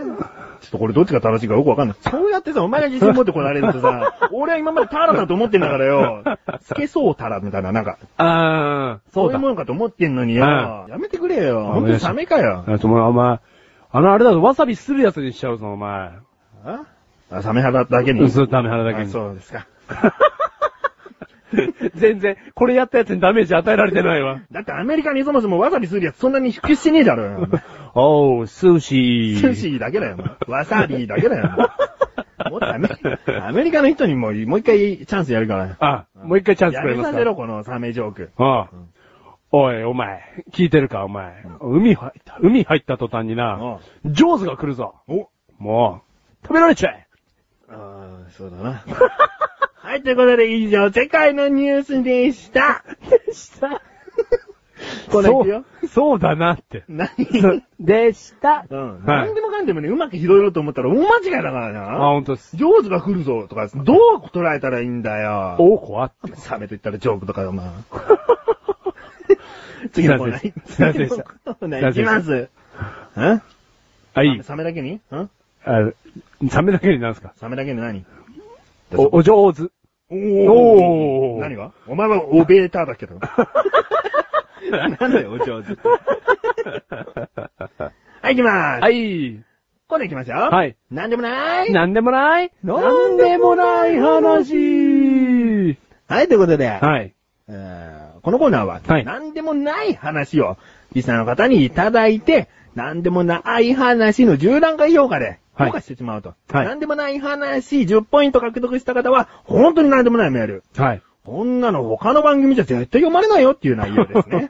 S1: ちょっとこれどっちが正しいかよくわかんない。そうやってさ、お前が自信持ってこられると
S2: [LAUGHS]
S1: さ、俺は今までタラだと思ってんだからよ、スケソウタラみたいな、なんか、
S2: あー、
S1: そ
S2: そうう
S1: いう
S2: だ。
S1: ものかと思ってんのによ、
S2: う
S1: やめてくれよ。
S2: あ
S1: ほんとにサメかよ。
S2: あとお前、あの、あれだぞ、わさびするやつにしちゃうぞ、お前。
S1: ああサメ肌だけに。
S2: うん、するため腹だけ
S1: あ
S2: に。
S1: そうですか。
S2: [LAUGHS] 全然、これやったやつにダメージ与えられてないわ。
S1: だってアメリカにそもそもわさびするやつそんなに普及してねえだろよ。
S2: おう、寿司。
S1: 寿司だけだよ。わさびだけだよ。
S2: [LAUGHS]
S1: もっとアメアメリカの人にもうもう一回チャンスやるから。
S2: あ、もう一回チャンス
S1: や
S2: くれ
S1: め
S2: ます
S1: さ
S2: か
S1: せろ、このサメジョーク。
S2: ああ。おい、お前、聞いてるか、お前。海入った、海入った途端にな、ジョーズが来るぞ。
S1: お
S2: もう、食べられちゃえ。
S1: ああ、そうだな。 [LAUGHS] はい、ということで以上、世界のニュースでした。
S2: で [LAUGHS] した。
S1: これいくよ。
S2: そう、そうだなって。
S1: [LAUGHS] 何
S2: でした。
S1: うん。
S2: はい
S1: 何でもかんでもね、うまく拾えようと思ったら大間違いだから
S2: あ、
S1: な。
S2: ほんとっす。
S1: ジョーズが来るぞとか、どう捉えたらいいんだよ。
S2: おう、怖っ。
S1: サメと言ったらジョークとかだ [LAUGHS] な。次のコーナー。
S2: すいませんでした
S1: [LAUGHS] 次のコーナーいきます。ん
S2: はい。
S1: サメだけにん
S2: あ、サメだけになんすか。
S1: サメだけに何
S2: お、お上手。
S1: お
S2: おー
S1: 何がお前はオベーターだけ [LAUGHS] ど。なんだよ、お上手。
S2: [LAUGHS]
S1: はい、行きまーす。。
S2: はいい。
S1: 今度行きますよ。
S2: はい。
S1: なんでもなーい。
S2: なんでもない
S1: なんでもない
S2: 話。
S1: はい、ということで、
S2: はい。
S1: えーこのコーナーは、
S2: はい
S1: なんでもない話を、リスナーの方にいただいて、なんでもない話の10段階評価で、
S2: はい
S1: 評価してしまうと。
S2: はい
S1: なんでもない話10ポイント獲得した方は、本当になんでもないメール。
S2: はい。
S1: こんなの他の番組じゃ絶対読まれないよっていう内容で
S2: [LAUGHS]
S1: すね。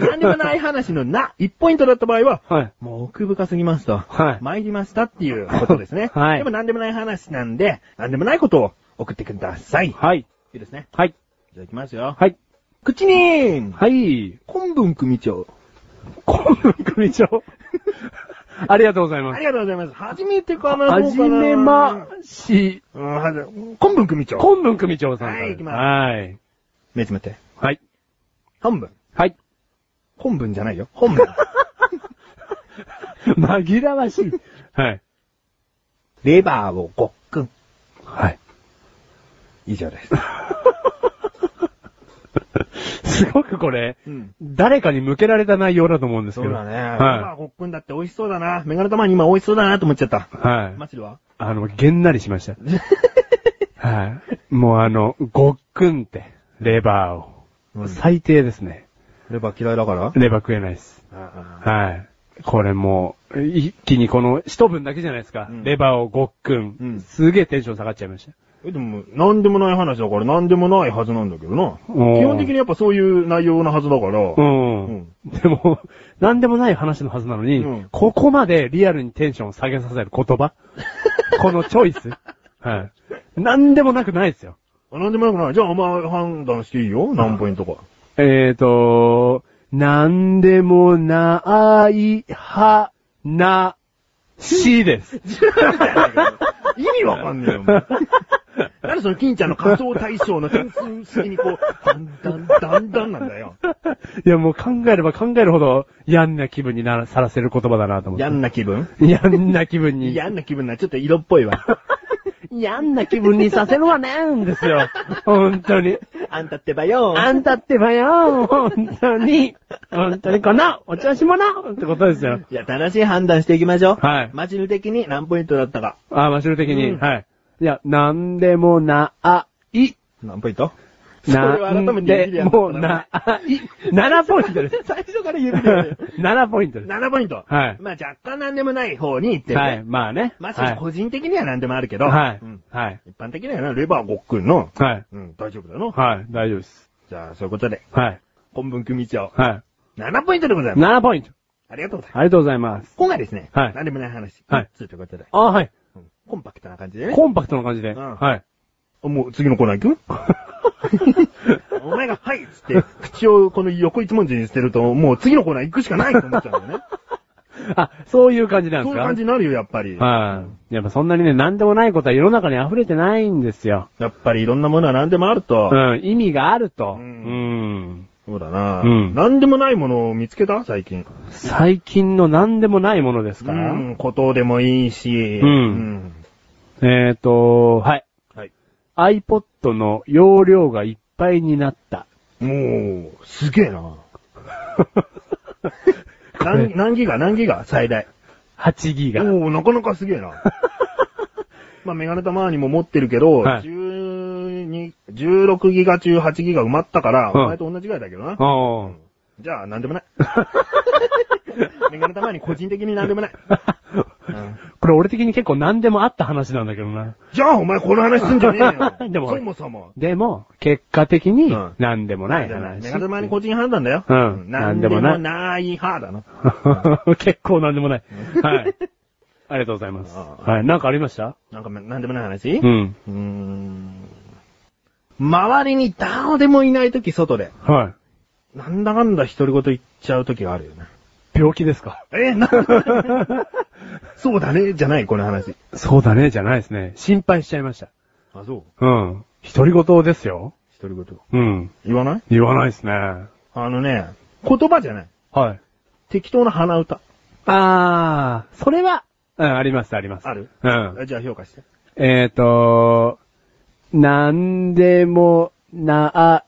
S1: 何でもない話のな、1ポイントだった場合は、
S2: はい。
S1: もう奥深すぎますと、
S2: はい。
S1: 参りましたっていうことですね
S2: はい
S1: でも何でもない話なんで、何でもないことを送ってください。い
S2: はい。
S1: いですね。
S2: はい。
S1: じゃあ行きますよ。
S2: はい。
S1: 口にー
S2: はい。
S1: 昆文組長。
S2: 昆布組
S1: [LAUGHS]
S2: 長。ありがとうございま
S1: あ
S2: す。
S1: りがとうございます。初めてかな
S2: は
S1: どう
S2: じ
S1: かな
S2: めまし、
S1: うん、はじ、昆文組長。
S2: 昆布組長さんから
S1: はい
S2: で
S1: 行き
S2: す。
S1: ます
S2: はい。
S1: 目つめて。
S2: はい。
S1: 本文。
S2: はい。
S1: 本文じゃないよ。本 [LAUGHS] 文。
S2: 紛らわしい。はい。
S1: レバーをごっくん。
S2: はい。
S1: 以上です。
S2: [LAUGHS] すごくこれ、
S1: うん
S2: 誰かに向けられた内容だと思うんですけど。
S1: そうだね。ま
S2: は
S1: あ、ごっくんだって美味しそうだな。メガネ玉に今美味しそうだなと思っちゃった。
S2: い。はい。
S1: マチ [LAUGHS] ルは
S2: あの、げんなりしました。はい。もうあの、ごっくんって、レバーを。
S1: うん
S2: 最低ですね。
S1: レバー嫌い
S2: [LAUGHS]
S1: だから
S2: レバー食えないです。
S1: あ
S2: はい。これもう、一気にこの一分だけじゃないですか。
S1: うん
S2: レバーをごっくん。
S1: うん
S2: すげえテンション下がっちゃいました。
S1: え、でも、なんでもない話だから、なんでもないはずなんだけどな。基
S2: おー
S1: 本的にやっぱそういう内容のはずだから。
S2: う
S1: うんん。
S2: でも、 [LAUGHS] なんでもない話のはずなのに、
S1: うん
S2: ここまでリアルにテンションを下げさせる言葉 [LAUGHS] このチョイスはい。なんでもなくないですよ。
S1: あなんでもなくない。じゃあ、お前判断していいよ。何ポイントか。
S2: えーと、なんでもない、は、な、しです。
S1: 意味わかんねえよ、お前なんでその金ちゃんの仮想対象の点数式にこう、だんだん、だんだんなんだよ。
S2: いやもう考えれば考えるほど、やんな気分にならさらせる言葉だなと思って。
S1: やんな気分
S2: やんな気分に。
S1: やんな気分な、ちょっと色っぽいわ。
S2: やんな気分にさせるわねんですよ。本当に。
S1: あんたってばよ。
S2: あんたってばよ、本当に。本当にこの、お調子者ってことですよ。
S1: じゃあ、正しい判断していきましょう。
S2: はい
S1: マジル的に何ポイントだったか。
S2: あー、マシュル的に。
S1: うん
S2: はい。いや、なんでもない、
S1: 何ポイントそれを
S2: な
S1: 改め
S2: ん
S1: て指で
S2: で
S1: やった
S2: も
S1: か
S2: う
S1: ら
S2: な、あい、7ポイ [LAUGHS] ントです。
S1: 最初から指でやるよ。
S2: 7ポイントです。
S1: 7ポイント。
S2: はい
S1: まあ若干何でもない方に行ってるね。
S2: はい、まあね。
S1: まあ、
S2: はい
S1: 個人的には何でもあるけど。
S2: はい
S1: うん。
S2: はい。
S1: 一般的にはな、レバーごっくんの。
S2: はい。
S1: うん、大丈夫だよな。
S2: はい、大丈夫です。
S1: じゃあ、そういうことで、
S2: はい。
S1: 本文組長、
S2: は
S1: 7ポイントでござい
S2: い。
S1: ます。
S2: 7ポイント。
S1: ありがとうございま
S2: あ
S1: す。
S2: りがとうございます。
S1: 今回ですね、
S2: はい
S1: 何でもない話、
S2: はい
S1: つということで、
S2: あーはい。
S1: うんコンパクトな感じでね。
S2: コンパクトな感じで。
S1: うん
S2: はい。 [LAUGHS]
S1: もう次のコーナー行くお前が、はいっつって、口をこの横一文字にしてると、もう次のコーナー行くしかないと思っちゃう
S2: [LAUGHS]
S1: んだよね。
S2: あ、そういう感じなんで
S1: そうい
S2: す
S1: う
S2: か
S1: 感じになるよ、やっぱり。
S2: はい。やっぱそんなにね、なんでもないことは世の中に溢れてないんですよ。
S1: やっぱりいろんなものは何でもあると。
S2: うん、意味があると。
S1: う
S2: うんん。
S1: そうだな
S2: うん
S1: 何でもないものを見つけた最近。
S2: 最近の何でもないものです
S1: う
S2: から。
S1: ん、ことでもいいし。
S2: うんえっ、ー、と、はい。
S1: はい。
S2: iPod の容量がいっぱいにな
S1: [LAUGHS]
S2: った。
S1: もう、すげえな。何、何ギガ何ギガ最大。
S2: 8ギ
S1: お
S2: ガ。
S1: おなかなかすげ
S2: [LAUGHS]
S1: えな。まあ、メガネたまにも持ってるけど、
S2: はい
S1: 12 16ギガ中8ギガ埋まったから、
S2: うん
S1: お前と同じぐらいだけどな。
S2: おー
S1: じゃあ、なん
S2: [LAUGHS]
S1: でもない。メガネたまに個人的になんでも
S2: [LAUGHS]
S1: ない。うん
S2: これ俺的に結構何でもあった話なんだけどな。
S1: じゃあ、お前この話すんじゃねえ
S2: [LAUGHS]
S1: よ。
S2: でも
S1: そもそも。
S2: でも、結果的に
S1: うん
S2: 何でもない
S1: メ
S2: 話。
S1: ガネ玉に個人判断だよ。
S2: うん
S1: なんでもない派だな。
S2: [LAUGHS] 結構何でもない。はい。ありがとうございます。
S1: あー
S2: はい。なんかありました
S1: なんかめ、なんでもない話
S2: う。
S1: うんーん。周りに誰でもいないとき外で、
S2: はい。
S1: なんだかんだ独り言言っちゃうときがあるよね。
S2: 病気ですか
S1: え、 [LAUGHS] な、そうだね、じゃない、この話。
S2: そうだね、じゃないですね。心配しちゃいました。
S1: あ、そう。
S2: うん。独り言ですよ。
S1: 独り言。
S2: うん。
S1: 言わない
S2: 言わないですね。
S1: あのね、言葉じゃない。
S2: はい。
S1: 適当な鼻歌。
S2: あー、それは、うん、あります、あります。
S1: ある
S2: うん。
S1: じゃあ評価して。
S2: えっ、ー、と、なんでも、な、あ、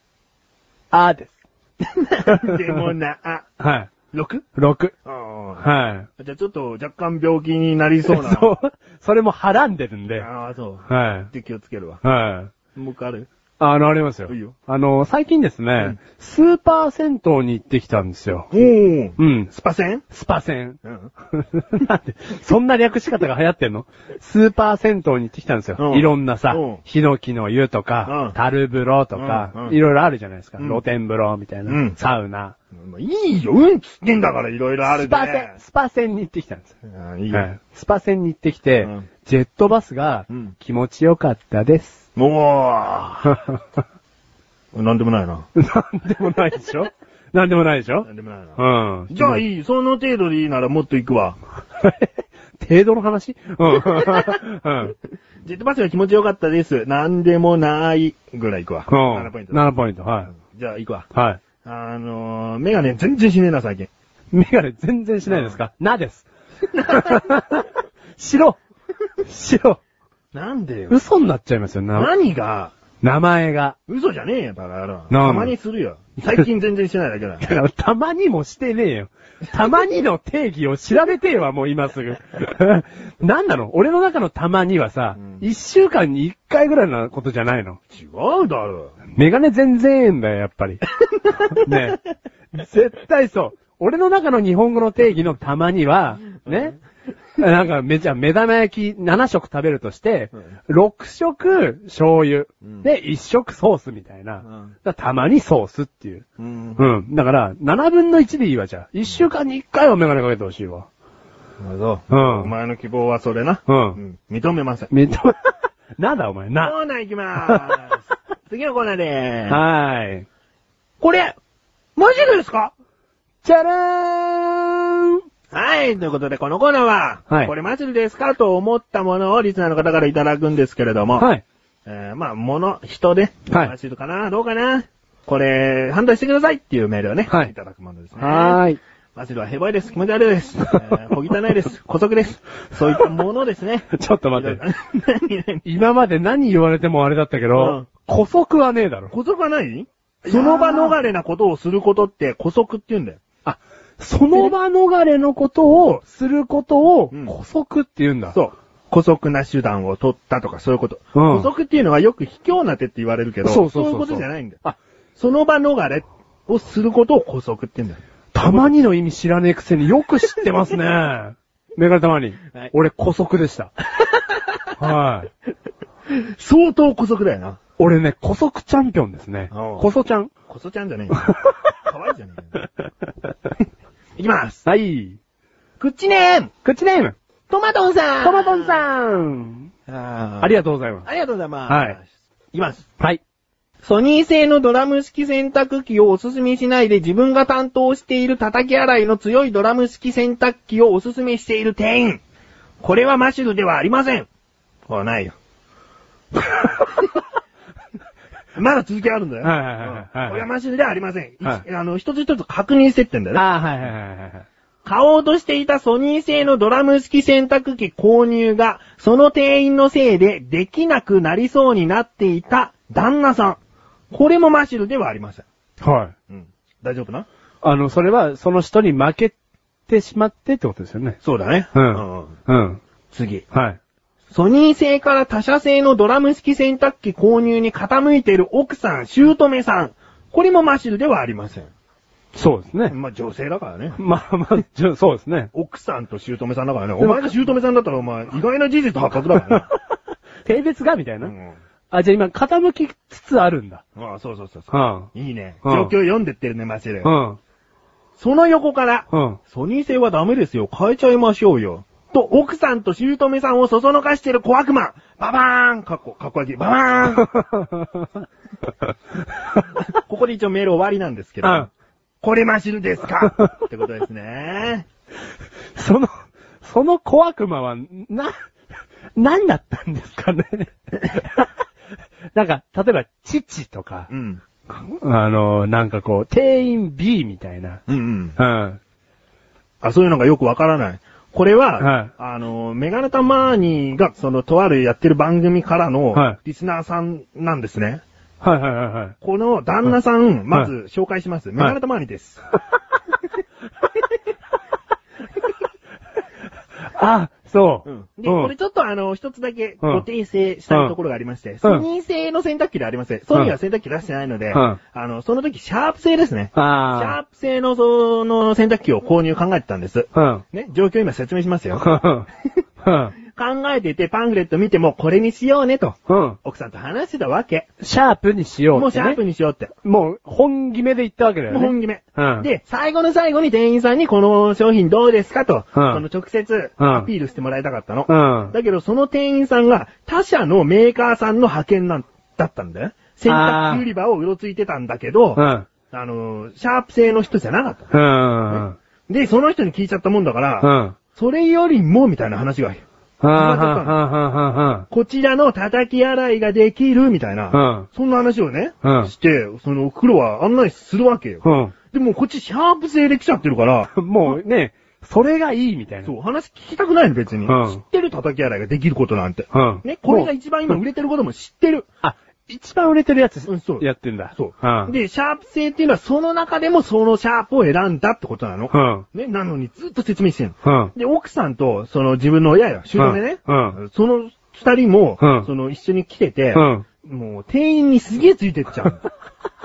S2: あです。
S1: [LAUGHS] でもな、あ、
S2: はい。
S1: 6?
S2: 6。
S1: あ
S2: はい。
S1: あ。じゃあちょっと若干病気になりそうな。
S2: そう。それもはらんでるんで。は
S1: ああ、そう。
S2: い。
S1: で気をつけるわ。
S2: はい。
S1: もう一回ある
S2: あの、ありますよ。
S1: いいよ
S2: あの、最近ですね、
S1: ん
S2: スーパー銭湯に行ってきたんですよ。
S1: おー
S2: うん。
S1: スパ戦
S2: スパ銭。
S1: うん。
S2: なんで、そんな略し方が流行ってんのスーパー銭湯に行ってきたんですよ。
S1: うん
S2: いろんなさ
S1: うん、
S2: ヒノキの湯と
S1: うん
S2: か、樽風呂とか、
S1: うんうん
S2: いろいろあるじゃないですか。
S1: うん
S2: 露天風呂みたいな、
S1: うん
S2: サウナ。
S1: もういいよ、うんつってんだからいろいろある
S2: スパ
S1: ね
S2: 銭、。スパ銭に行ってきたんですよ。
S1: あいい
S2: は
S1: よ
S2: い。スパ銭に行ってきて、
S1: うん
S2: ジェットバスが
S1: うん
S2: 気持ちよかったです。
S1: もう、なんでもないな。
S2: なんでもないでしょなんでもないでしょ
S1: なんでもないな。
S2: うん。
S1: じゃあいい、その程度でいいならもっと行くわ。
S2: 程度の話
S1: [LAUGHS]
S2: うん。うん。
S1: ジェットバスが気持ちよかったです。なんでもないぐらい行くわ。
S2: うん。
S1: 7ポイント。
S2: 7ポイント、は
S1: じゃあ行くわ。
S2: い。はい。
S1: あのー、メガネ全然しねえな、最近。
S2: メガネ全然しないですかな
S1: [LAUGHS]
S2: です。白白
S1: なんでよ。
S2: 嘘になっちゃいますよ、な。
S1: 何が、
S2: 名前が。 [LAUGHS]
S1: 嘘じゃねえよ、バカ野郎。
S2: なん
S1: たまにするよ。最近全然してないだ [LAUGHS] けだ。
S2: だから、たまにもしてねえよ。たまにの定義を調べてえわ、もう今すぐ。 [LAUGHS] なんなの俺の中のたまにはさ
S1: うん、
S2: 一、週間に一回ぐらいのことじゃないの。
S1: 違うだろ。
S2: メガネ全然ええんだよ、やっぱ
S1: [LAUGHS]
S2: り。ね絶対そう。俺の中の日本語の定義のたまには、ね。なんか、めちゃ、目玉焼き7食食べるとして
S1: うん、
S2: 6食醤油
S1: うん、
S2: で1食ソースみたいな。
S1: ん
S2: だからたまにソースっていう。
S1: うん。
S2: うん。だから、7分の1でいいわ、じゃあ。1週間に1回はメガネかけてほしいわ。
S1: なるほど。
S2: うん
S1: お前の希望はそれな。
S2: うん
S1: 認めません。
S2: めっちゃ、 [LAUGHS] なんだお前、な。
S1: コーナー行きまーす。 [LAUGHS] 次のコーナーでーす。
S2: はーい。
S1: これ、マジですか
S2: じゃらーん
S1: はい、ということで、このコーナーは、
S2: はい
S1: これマジですかと思ったものをリスナーの方からいただくんですけれども、
S2: はい。
S1: えー、まあ、物、人で、
S2: はい
S1: マジかなどうかなこれ、判断してくださいっていうメールをね、
S2: はい
S1: ただくものですね。
S2: はーい。
S1: マジルはヘボいです。気持ち悪いです。えー、小汚い [LAUGHS] です。古息です。そういったものですね。
S2: [LAUGHS] ちょっと待って。
S1: 何何
S2: 今まで何言われてもあれだったけど、古息はねえだろ。
S1: 古息はないその場逃れなことをすることって古息って言うんだよ。
S2: あ、その場逃れのことをすることを
S1: うん
S2: 古息って言うんだ。
S1: そう。古息な手段を取ったとかそういうこと。
S2: うん
S1: 古息っていうのはよく卑怯な手って言われるけど、
S2: そうそうそうそう
S1: いうことじゃないんだよ。
S2: あ、
S1: その場逃れをすることを古息って言うんだよ。
S2: たまにの意味知らねえくせによく知ってますね。
S1: [LAUGHS]
S2: メガネたまに。
S1: はい
S2: 俺、古息で
S1: [LAUGHS]
S2: した。はい。
S1: 相当古息だよな。
S2: 俺ね、古息チャンピオンですね。
S1: おう
S2: 古息ちゃ
S1: [LAUGHS]
S2: ん。
S1: 古息ちゃんじゃねえよ。 [LAUGHS] かわいいじゃねえよ。いきます。
S2: はい。
S1: クッチネーム
S2: 口ネーム、
S1: トマトンさん
S2: トマトンさん。
S1: あ
S2: ありがとうございます。
S1: ありがとうございます。
S2: はい。
S1: いきます。
S2: はい。
S1: ソニー製のドラム式洗濯機をおすすめしないで自分が担当している叩き洗いの強いドラム式洗濯機をおすすめしている店員。これはマシュルではありません。
S2: [LAUGHS]
S1: あ、ないよ。まだ続きあるんだよ。
S2: はいはいはいはい
S1: うんこれはマシュルではありません。、
S2: はい
S1: あの、一つ一つ確認してってんだよね。
S2: あーはいはいはいはい。
S1: 買おうとしていたソニー製のドラム式洗濯機購入が、その店員のせいでできなくなりそうになっていた旦那さん。これもマシルではありません。
S2: はい。
S1: うん。大丈夫な
S2: あの、それは、その人に負けてしまってってことですよね。
S1: そうだね。
S2: う
S1: うん
S2: ん。
S1: うん
S2: うん。
S1: 次。
S2: はい。
S1: ソニー製から他社製のドラム式洗濯機購入に傾いている奥さん、姑さん。これもマシルではありません。
S2: そうですね。
S1: まあ、女性だからね。
S2: まあまあ、じゃそうですね。
S1: 奥さんと姑さんだからね。お前が姑さんだったらお前、意外な事実発覚
S2: [LAUGHS]
S1: だから
S2: 性別がみたいな。
S1: [LAUGHS] ね。
S2: あ、じゃあ今、傾きつつあるんだ。
S1: うん。ああ、そうそうそうそう。
S2: うん。
S1: いいね。
S2: うん
S1: 状況読んでってるね、マシル。
S2: うん。
S1: その横から、
S2: うん。 [LAUGHS]
S1: ソニー製はダメですよ、変えちゃいましょうよ。と、奥さんと姑さんをそそのかしてる小悪魔ババーンかっこ、かっこいい。バ
S2: [LAUGHS]
S1: バーンここで一応メール終わりなんですけど、
S2: うん
S1: これマシルです
S2: [LAUGHS]
S1: かってことですね。
S2: その、その小悪魔は、な、何だったんですかね [LAUGHS] なんか、例えば、父とか
S1: う、ん。
S2: あの、なんかこう、店員 B みたいな。
S1: うんうん。
S2: うん。
S1: あ、そういうのがよくわからない。これは、
S2: はい
S1: あの、メガネタマーニーが、その、とあるやってる番組か
S2: は
S1: ら
S2: い
S1: の、リスナーさんなんですね。
S2: はいはいはいはい。
S1: この旦那さん、まず紹介します。
S2: い
S1: メガネタマーニーです。
S2: あ、そう。
S1: で、これちょっとあの、一つだけ
S2: うん
S1: ご訂正したいところがありまして、ソニー製の洗濯機ではありません。ソニーは洗濯機出してないので、
S2: うん
S1: あの、その時シャープ製ですね。シャー
S2: あ
S1: プ製のその洗濯機を購入考えてたんです。
S2: あ。うん。
S1: ね、状況今説明しますよ。
S2: うん。
S1: 考えててパンフレット見てもこれにしようねと、
S2: うん。
S1: 奥さんと話してたわけ。
S2: シャープにしよう、
S1: もうシャープ
S2: に。
S1: にしようって。
S2: もう、本決めで言ったわけだよ
S1: も
S2: ね。
S1: う本決め。
S2: うん
S1: で、最後の最後に店員さんにこの商品どうですかと、
S2: うん
S1: その直接
S2: うん
S1: アピールしてもらいたかったの。
S2: うん。
S1: だけど、その店員さんが他社のメーカーさんの派遣なんだったんだよ。洗濯機売り場をうろついてたんだけど、
S2: う
S1: あ
S2: ん。
S1: のー、シャープ製の人じゃなかった。
S2: うん。うん。
S1: で、その人に聞いちゃったもんだから、
S2: うん。
S1: それよりも、みたいな話が、
S2: うん。
S1: こちらの叩き洗いができる、みたいな、
S2: うん
S1: そんな話をね、
S2: うん
S1: して、その黒は案内するわけよ。
S2: うん。
S1: でも、こっちシャープ製で来ちゃってるから、
S2: もうね、それがいいみたいな。
S1: そう、話聞きたくないの、別に。
S2: うん
S1: 知ってる叩き洗いができることなんて。
S2: うん。
S1: ね、これが一番今売れてることも知ってる。
S2: あ、一番売れてるやつ
S1: うんそう
S2: やってんだ。
S1: そう
S2: うん。
S1: で、シャープ製っていうのはその中でもそのシャープを選んだってことなの
S2: う。ん。
S1: ね、なのにずっと説明してんの。
S2: うん。
S1: で、奥さんと、その自分の親よ、主導でね、
S2: うんう
S1: その二人も、
S2: うん
S1: その一緒に来てて、
S2: うん。
S1: もう店員にすげえついてっちゃう。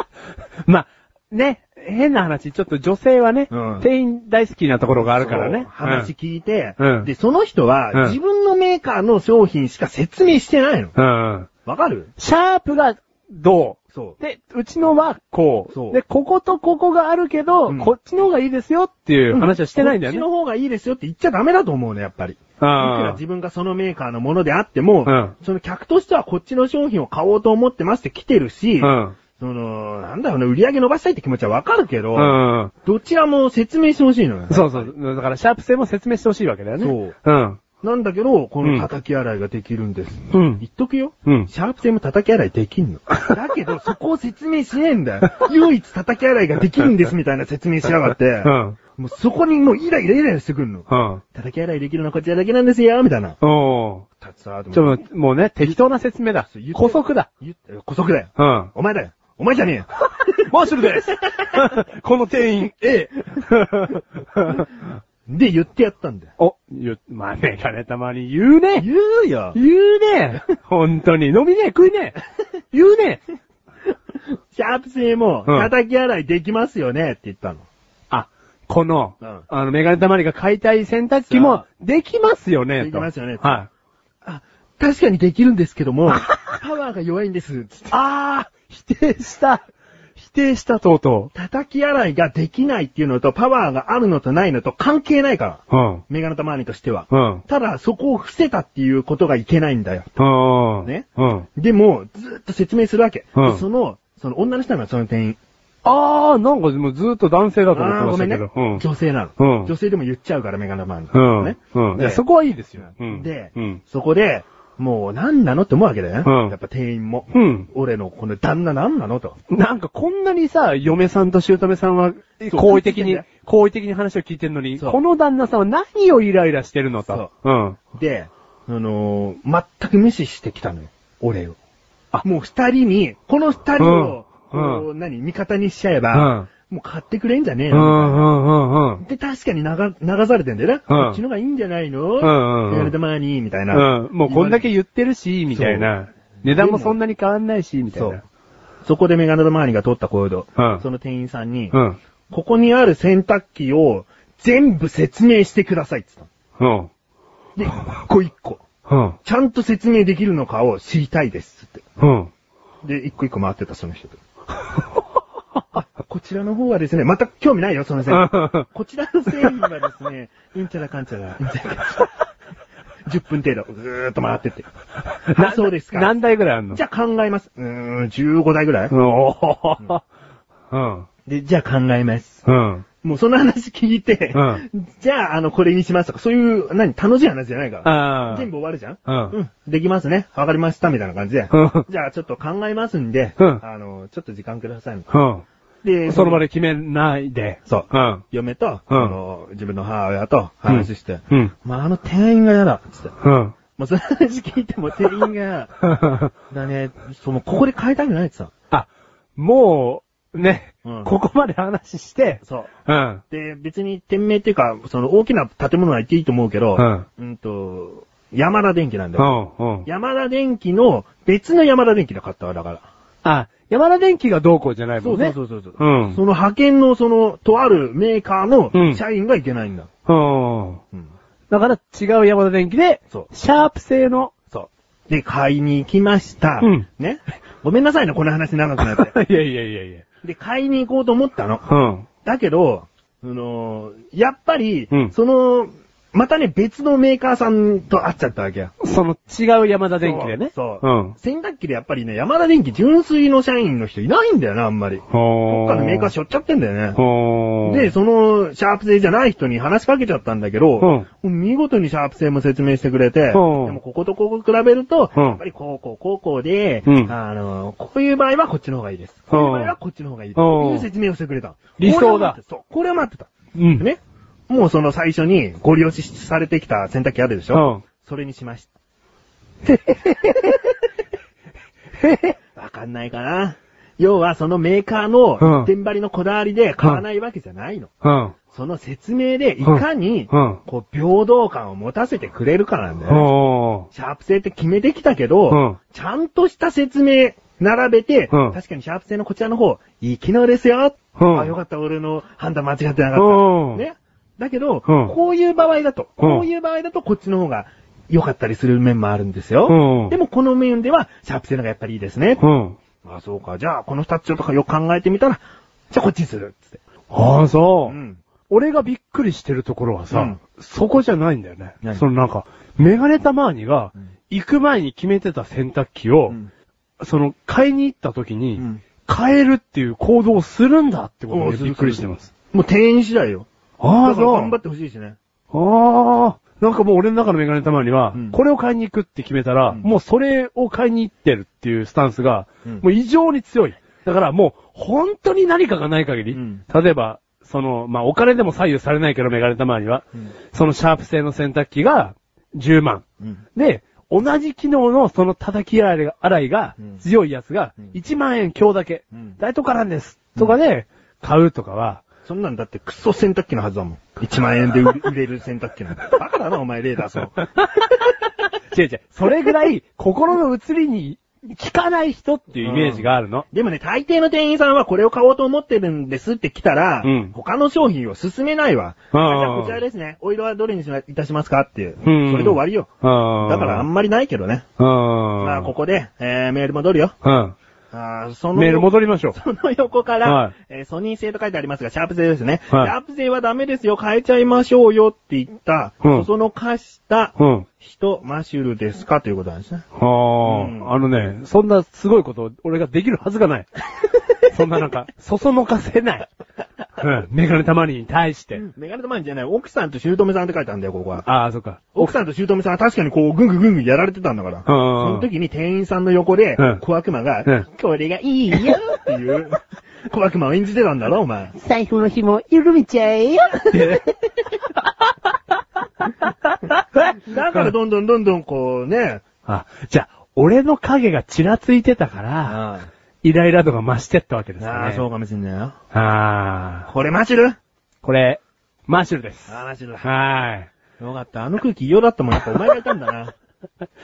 S2: [LAUGHS] まあ、ね、変な話、ちょっと女性はね、
S1: うん
S2: 店員大好きなとこ [LAUGHS] ろがあるから
S1: そう
S2: ね。
S1: 話聞いて、
S2: うん
S1: で、その人は、
S2: うん
S1: 自分のメーカーの商品しか説明してないの。
S2: うん。うん。
S1: わかる
S2: シャープがど。
S1: そう
S2: で、うちのはこ
S1: そう
S2: う。で、こことここがあるけど、
S1: うん
S2: こっちの方がいいですよっていう話はしてないんだよね。
S1: こっちの方がいいですよって言っちゃダメだと思うね、やっぱり。
S2: う
S1: いくら
S2: ん
S1: 自分がそのメーカーのものであっても、
S2: うん
S1: その客としてはこっちの商品を買おうと思ってますって来てるし、
S2: うん。
S1: その、なんだろうね、売り上げ伸ばしたいって気持ちはわかるけど、
S2: うん。うん。
S1: どちらも説明してほしいのよ。
S2: そうそう。だから、シャープ性も説明してほしいわけだよね。
S1: そう。
S2: うん。
S1: なんだけど、こ
S2: う
S1: の
S2: ん
S1: 叩き洗いができるんです。
S2: うん
S1: 言っとくよ。
S2: うん
S1: シャープ製も叩き洗いでき
S2: [LAUGHS]
S1: んの。だけど、そこを説明しねえんだよ。唯一叩き洗いができるんですみたいな説明しやがって。
S2: うん。
S1: もうそこにもうイライライライラしてくんの。
S2: うん。
S1: 叩き洗いできるのはこちらだけなんですよ、みたいな。
S2: お
S1: たつさ、
S2: ー。ちょ、もうね、適当な説明だ
S1: 言って。
S2: 古速だ。
S1: 言って、古速だよ。 [LAUGHS]
S2: うん。 [LAUGHS]
S1: お前だよ。お前じゃねえよ。 [LAUGHS]
S2: マッシュルですこの店員、A。
S1: で、言ってやったんだよ。
S2: [LAUGHS] お、ゆ、まあ、メガネたまに言うね
S1: 言うよ。
S2: 言うね本当に。飲みねえ、食いねえ。言うね
S1: シャープ製も、
S2: うん
S1: 叩き洗いできますよねって言ったの。
S2: あ、この、
S1: うん
S2: あの、メガネたまりが買いたい洗濯機も、できますよね、と
S1: できますよねと
S2: はい。
S1: あ、確かにできるんですけども、 [LAUGHS] パワーが弱いんです。つって
S2: あー、否定した。否定した、とうと
S1: 叩き洗いができないっていうのと、パワーがあるのとないのと関係ないから。
S2: う。うん。
S1: メガネたまわりとしては。
S2: うん。
S1: ただ、そこを伏せたっていうことがいけないんだよ。
S2: うん。
S1: ね
S2: うん。
S1: でも、ずっと説明するわけ。
S2: うん
S1: でその、その女の人なの、その店員。
S2: あー、なんかもうずーっと男性だと思って
S1: ー
S2: ま
S1: ご
S2: し
S1: め
S2: た
S1: んね
S2: けど。うん。。
S1: 女性な
S2: う
S1: の。
S2: ん
S1: 女性でも言っちゃうから、メガネたまわり。
S2: うん。
S1: ね。
S2: うん。い
S1: で
S2: や、そこはいいですよ。うん。
S1: で
S2: うん。
S1: そこで、もう何なのって思うわけだよね。
S2: うん
S1: やっぱ店員も。
S2: うん。
S1: 俺のこの旦那何なのと。
S2: なんかこんなにさ、嫁さんと姑さんは、好意的に
S1: そう、
S2: 好意的に話を聞いてるのに、
S1: そう
S2: この旦那さんは何をイライラしてるのと。うん。
S1: で、あのー全く無視してきたのよ。俺を。
S2: あ
S1: もう二人に、この二人を、
S2: うん
S1: こう何、味方にしちゃえ
S2: う
S1: ば、
S2: ん。
S1: もう買ってくれんじゃねえ
S2: う
S1: の、
S2: ん、うん、うん、
S1: で、確かに流、流されてんだよな。
S2: うん
S1: こっちのがいいんじゃないの
S2: んうんうん
S1: 言われたまに、みたいな。
S2: うん。うん。もうこんだけ言ってるし、みたいな。値段もそんなに変わんないし、みたい
S1: そう
S2: な。。
S1: そこでメガネの周りが取った行動。
S2: うん
S1: その店員さんに、
S2: うん。
S1: ここにある洗濯機を全部説明してくださいって
S2: うん。
S1: 言ったの。で、一個一個。
S2: うん。
S1: ちゃんと説明できるのかを知りたいですって。
S2: うん。
S1: で、一個一個回ってた、その人
S2: [LAUGHS]
S1: と。あこちらの方はですね、また興味ないよ、その製品。こちらの製品はです
S2: [LAUGHS]
S1: ね、うんちゃらかんちゃら、うんちゃらかんちゃら。10分程度、ずーっと回ってって。あ、そうですか。
S2: 何台ぐらいあんの
S1: じゃあ考えます。うーん、15台ぐらい
S2: うんおーうん。
S1: で、じゃあ考えます。
S2: うん。
S1: もうその話聞いて、
S2: う
S1: じゃあ、あの、これにしますとか、そういう、何、楽しい話じゃないから。
S2: ああ。
S1: 全部終わるじゃん
S2: うん
S1: うん。できますね。わかりました、みたいな感じで。
S2: うん
S1: じゃあ、ちょっと考えますんで、
S2: うん
S1: あの、ちょっと時間ください。
S2: う
S1: で、
S2: ん。その場で決めないで。
S1: そう
S2: うん。
S1: 嫁と、
S2: うん
S1: あの自分の母親と話して、
S2: うん。
S1: まあ、あの店員が嫌だ、つって。
S2: うん。
S1: もうその話聞いても店員が、だね、そう、もうここで変えたくないってさ。
S2: あ、もう、ね、
S1: うん
S2: ここまで話して、
S1: そう。
S2: うん。
S1: で、別に店名っていうか、その大きな建物は言っていいと思うけど、
S2: うん
S1: うんと、山田電機なんだ
S2: う
S1: よ。
S2: ん、うん。
S1: 山田電機の別の山田電機で買ったわ、だから。
S2: あ、山田電機がどうこうじゃない
S1: そ
S2: も
S1: うん
S2: ね。
S1: そうそうそうそう。
S2: うん
S1: その派遣のその、とあるメーカー
S2: う
S1: の
S2: ん
S1: 社員がいけないんだ。
S2: うん。
S1: うん。
S2: だから違う山田電機で、
S1: そう
S2: シャープ製
S1: [LAUGHS]
S2: の、
S1: そう。で、買いに行きました。
S2: うん
S1: ね。ごめんなさいね、この話長くな
S2: [LAUGHS]
S1: って。
S2: いやいやいやいや。
S1: で、買いに行こうと思ったの。
S2: うん。
S1: だけど、あのーやっぱり、
S2: うん
S1: その、またね、別のメーカーさんと会っちゃったわけよ。
S2: その違う山田電機でね。
S1: そう
S2: う。ん。
S1: 洗濯機でやっぱりね、山田電機純粋の社員の人いないんだよな、あんまり。ど
S2: ほ
S1: っかのメーカーしょっちゃってんだよね。
S2: ほ
S1: で、、その、シャープ製じゃない人に話しかけちゃったんだけど、見事にシャープ製も説明してくれて、で
S2: うん
S1: もこことここ比べると、
S2: うん
S1: やっぱりこうこうこうこうで、
S2: うん
S1: あの、こういう場合はこっちの方がいいです。こういう場合はこっちの方がいいです。
S2: うん
S1: という説明をしてくれた。
S2: 理想だ
S1: これは待ってたそう。これは待ってた。
S2: うん。
S1: ね。もうその最初にご利用しされてきた洗濯機あるでしょ
S2: うん [LAUGHS]
S1: それにしました。わかんないかな。要はそのメーカーの
S2: うん
S1: 天張りのこだわりで買わないわけじゃないの。
S2: うん。
S1: その説明でいかに、
S2: うん
S1: こう、平等感を持たせてくれるかなんだよね。
S2: お
S1: シャープ製って決めてきたけ
S2: う
S1: ど
S2: ん、
S1: ちゃんとした説明並べて、
S2: うん
S1: 確かにシャープ製のこちらの方、いい機能ですよ。
S2: うん
S1: あ、よかった、俺の判断間違ってなか
S2: う
S1: っ
S2: ん
S1: た。ね。だけど、
S2: うん
S1: こういう場合だと、
S2: うん
S1: こういう場合だとこっちの方が良かったりする面もあるんですよ。
S2: うん
S1: でもこの面では、シャープ製のがやっぱりいいですね。
S2: うん。
S1: あ、そうか。じゃあ、この二つちょっとかよく考えてみたら、じゃあこっちにする。つって。
S2: ああ、そうう、
S1: ん。
S2: 俺がびっくりしてるところはさ、
S1: うん
S2: そこじゃないんだよね
S1: 何。
S2: そのなんか、メガネタマーニが
S1: うん、
S2: 行く前に決めてた洗濯機を、
S1: うん
S2: その、買いに行った時に、
S1: うん
S2: 買えるっていう行動をするんだってこと
S1: おう
S2: に
S1: する
S2: びっくりしてます。
S1: もう店員次第よ。
S2: あ
S1: だ
S2: あ、
S1: から
S2: そう。
S1: 頑張ってほしいしね。
S2: ああ、なんかもう俺の中のメガネたまには、
S1: うん
S2: これを買いに行くって決めたら、
S1: うん
S2: もうそれを買いに行ってるっていうスタンスが、
S1: うん
S2: もう異常に強い。だからもう本当に何かがない限り、
S1: うん
S2: 例えば、その、まあ、お金でも左右されないけどメガネたまには、
S1: うん
S2: そのシャープ製の洗濯機が10万。
S1: うん。
S2: で、同じ機能のその叩き洗いが
S1: うん
S2: 強いやつが
S1: うん
S2: 1万円強だけ、
S1: うん
S2: 大都からんです、とかで買うとか
S1: [LAUGHS]
S2: は、
S1: そんなんだってクソ洗濯機のはずだもん。1万円で売売れる洗濯機なんだ。バカだな、お前、レーダーさん。
S2: 違う違う。それぐらい、心の移りに効かない人っていうイメージがあるの。
S1: でもね、大抵の店員さんはこれを買おうと思ってるんですって来たら、
S2: うん
S1: 他の商品を勧めないわ。
S2: うん
S1: あじゃあこちらですね。お色はどれにしまいたしますかっていう。
S2: うん
S1: それで終わりよ。だからあんまりないけどね。
S2: うん。
S1: まあ、ここで、えー、メール戻るよ。あーそ
S2: うん。
S1: の
S2: メール戻りましょう。
S1: [LAUGHS] その横から、
S2: はい
S1: えーソニー製と書いてありますが、シャープ製ですね。
S2: はい
S1: シャープ製はダメですよ、変えちゃいましょうよって言った、
S2: うん
S1: その化した
S2: うん。
S1: 人、マシュルですかということなんですね。
S2: ああ、
S1: うん
S2: あのね、そんなすごいこと、俺ができるはずが
S1: [LAUGHS]
S2: ない。そんななんか、そそのかせない。うん。メガネたまりに対して。
S1: メガネとマニじゃない、奥さんと姑さんって書いてあるんだよ、ここは。
S2: ああ、そっか。
S1: 奥さんと姑さんは確かにこう、ぐんぐんぐんぐんやられてたんだから。その時に店員さんの横で
S2: うん、
S1: 小悪魔が、
S2: うん
S1: これがいいよっていう、
S2: [LAUGHS]
S1: 小悪魔を演じてたんだろ、お前。
S3: 財布の紐緩めちゃえよ。
S1: だからどんどんどんどんこうね、
S2: あ、じゃあ、俺の影がちらついてたから、
S1: あ
S2: イライラ度が増してったわけですね。
S1: あ、そうかもしんないよ。
S2: ああ。
S1: これマシュルあ
S2: これ、マッシュルです。
S1: あ、マシュルだ。
S2: は
S1: よかった。あの空気異様だったもん。やっぱお前がいたん [LAUGHS] だな。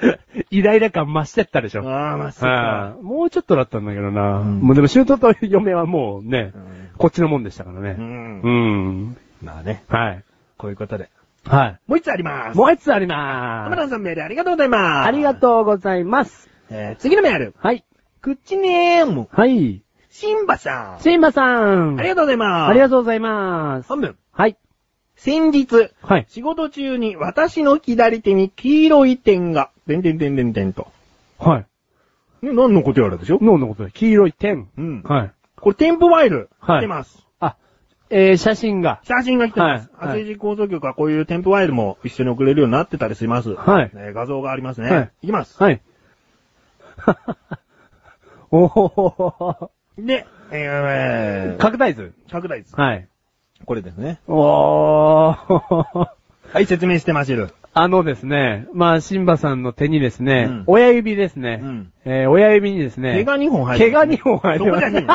S2: ー [LAUGHS] い。イライラ感増してったでしょ。
S1: ああ、まっすぐか。
S2: はいもうちょっとだったんだけどな。
S1: うん
S2: もうでも、シュートと嫁はもうね、
S1: うん
S2: こっちのもんでしたから
S1: う
S2: ね。
S1: ん
S2: う。ん。
S1: まあね、
S2: はい。
S1: こういうことで。
S2: は
S1: もう一つあります。
S2: もう一つあり
S1: 田
S2: まーす。
S1: 村さんメールありがとうございます。
S3: ありが
S1: う。
S3: とうございます。
S1: えー、次のメール。
S2: はい。
S1: くっちねーも、
S2: はい。
S1: シンバさん。
S2: シンバさん。
S1: ありがとうございます。
S2: ありが
S1: と
S2: とうございます。
S1: 本文。
S2: はい。
S1: 先日、
S2: はい。
S1: 仕事中に私の左手に黄色い点が、でんでんでんでんでんと。
S2: はい。
S1: ん何のことやらでしょ
S2: 脳のことで、黄色い点。
S1: うん。
S2: はい。
S1: これ添付ファイル、
S2: はい
S1: 来てます。
S2: あ、えー、写真が。
S1: 写真が来てます。
S2: はいはい
S1: 厚い実行総局はこういう添付ファイルも一緒に送れるようになってたりします。
S2: はい
S1: ね画像がありますね。
S2: はい
S1: い。きます。
S2: はい。 [LAUGHS] おほほほほ。
S1: で、えー、
S2: 拡大図。
S1: 拡大図。
S2: はい。
S1: これですね。
S2: おー。 [LAUGHS]
S1: はい、説明してましる。
S2: あのですね、まあ、シンバさんの手にですね、
S1: うん親
S2: 親指ですね、
S1: うん
S2: え親指にです
S1: 毛
S2: ね、
S1: が2本入
S2: 毛
S1: る。
S2: が2本入
S1: そ
S2: って
S1: こ
S2: ま
S1: じゃねえよ。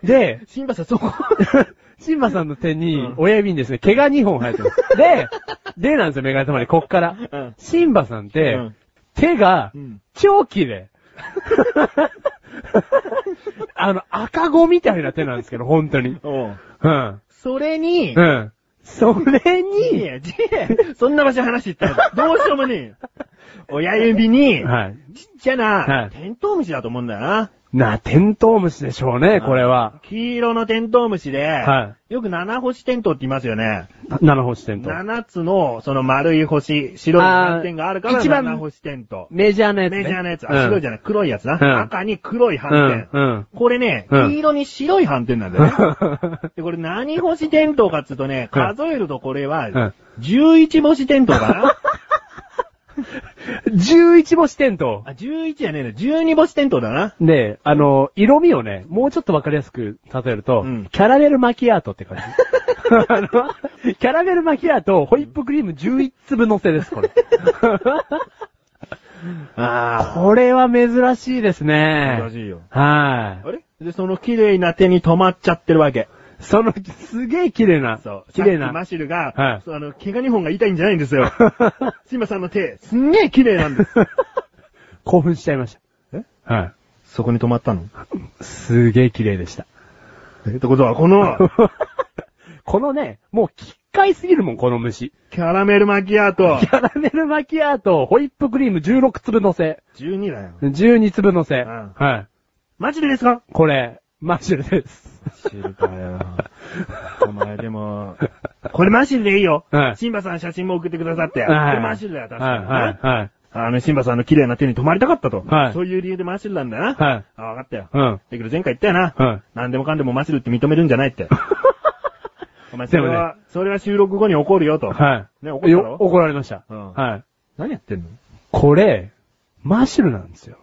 S2: す。で、
S1: 新橋さん、そこ。
S2: [LAUGHS] シンバさんの手に
S1: うん、
S2: 親指にですね、毛が2本生えてます。で、でなんですよ、メガネたまり、こっから。
S1: うん
S2: シンバさんって、
S1: うん
S2: 手が
S1: うん、
S2: 超綺麗。 [LAUGHS] あの、赤子みたいな手なんですけど、本当に。
S1: おう
S2: うん。
S1: それに、
S2: うん。それ
S1: い
S2: に、
S1: や、じいそんな場所話したら、どうしようもねえよ。親指に、
S2: はい。
S1: ちっちゃ
S2: は
S1: な、
S2: い
S1: テントウムシだと思うんだよな。
S2: なあ、テントウムシでしょうね、これは。
S1: 黄色のテントウムシで、
S2: は
S1: よく七星テントウって言いますよね。
S2: 七星テント。
S1: 七つの、その丸い星、白い斑点があるから、
S2: あー一番
S1: 七星点と。
S2: メジャーなやつ、ね。
S1: メジャーなやつ。あ、白いじゃ
S2: ゃ
S1: ない、黒いやつな。
S2: うん
S1: 赤に黒い斑点。
S2: うん、うん。
S1: これね、
S2: うん
S1: 黄色に白い斑点なんだよね。で、これ何星点灯かっつうとね、
S2: うん
S1: 数えるとこれ
S2: う
S1: は
S2: ん、
S1: 11星点灯か
S2: [LAUGHS]
S1: な
S2: 11星テント
S1: あ、。11じゃねえな、12星点灯だな。
S2: で、あの、色味をね、もうちょっとわかりやすく例えると、
S1: うん
S2: キャラメルマキアートって感じ。あ
S1: [LAUGHS]
S2: のキャラメルマキアート、ホイップクリーム11粒乗せです、これ。
S1: あ
S2: これは珍しいですね。
S1: 珍しいよ
S2: は
S1: あ。あれで、その綺麗な手に止まっちゃってるわけ。
S2: い。その、すげえ綺麗な。
S1: そう。
S2: 綺麗
S1: さっきマ
S2: な。
S1: シルが、
S2: はい
S1: そうあの、怪我2本が痛いんじゃないんで
S2: [LAUGHS]
S1: すよ。シンバさんの手、すんげえ綺麗なんです。
S2: 興奮しちゃいました。
S1: え
S2: は
S1: そこに止まったの
S2: い。すげえ綺麗でした。
S1: [LAUGHS] えってことは、この、
S2: [LAUGHS] このね、もう奇怪すぎるもん、この虫。
S1: キャラメルマキアート
S2: キ、ャラメルマキアート、ホイップクリーム16粒乗せ。
S1: 12だよ。
S2: 12粒乗せ。
S1: ん
S2: は
S1: マジでですか
S2: い。これ、マジです。
S1: 知るかよ。お前でも、 [LAUGHS] これマシルでいいよ。
S2: はい
S1: シンバさん写真も送ってくださって。
S2: はい
S1: これマシルだよ、確かに。
S2: はい、はい、
S1: あの、シンバさんの綺麗な手に止まりたかったと。
S2: はい
S1: そういう理由でマシルなんだな。
S2: はい
S1: あ、わかったよ。
S2: はい。
S1: だけど前回言ったよな。
S2: うん、うん。
S1: 何でもかんでもマシルって認めるんじゃない [LAUGHS] って。お前、そ
S2: でも
S1: れ
S2: ね
S1: は、それは収録後に怒るよと。
S2: は
S1: ね、怒っ
S2: い。
S1: た
S2: よ、
S1: ろ
S2: 怒られました。
S1: うん
S2: はい。
S1: 何やってんの
S2: これ、マシュルなんですよ。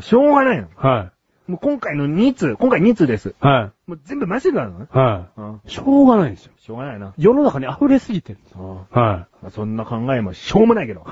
S1: しょうがないの。
S2: は
S1: もう今回の2通、今回2通です。
S2: い。は
S1: もう全部マシルなのね。
S2: い。は
S1: うん。
S2: い。しょうがないんですよ。
S1: しょうがないな。
S2: 世の中に溢れすぎてるんですよ。は
S1: そんな考えもしょうもないけ [LAUGHS] ど。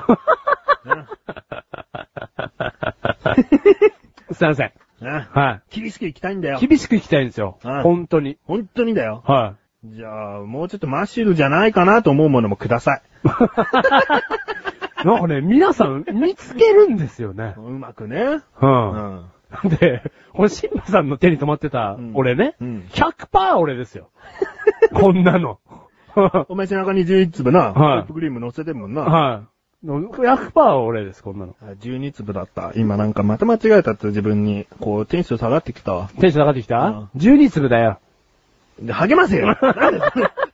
S2: い。 [LAUGHS] すいません。
S1: な
S2: は
S1: 厳しく行きたいんだよ。
S2: い。厳しくいきたいんですよ。
S1: はい
S2: 本当に。
S1: 本当にだよ。
S2: は
S1: じゃあ、もうちょっとマシルじゃないかなと思うものもください。
S2: い。 [LAUGHS] なんかね、皆さん見つけるんですよね
S1: う。まくね。
S2: う。
S1: うんん。
S2: で、これ、シンバさんの手に止まってた
S1: うん、
S2: 俺ね
S1: うん。
S2: 100%俺ですよ。 [LAUGHS] こんな
S1: [LAUGHS]
S2: の。
S1: お前背中に11粒な、
S2: はい
S1: ホイップクリーム乗せてるもんな。
S2: はい。100%俺です、こんなの。
S1: あ12粒だった。今なんかまた間違えたって自分に、こう、テンション下がってきたわ。
S2: テンション上がってきた ?12 粒だよ。
S1: で、励ま
S2: [LAUGHS]
S1: せよなんで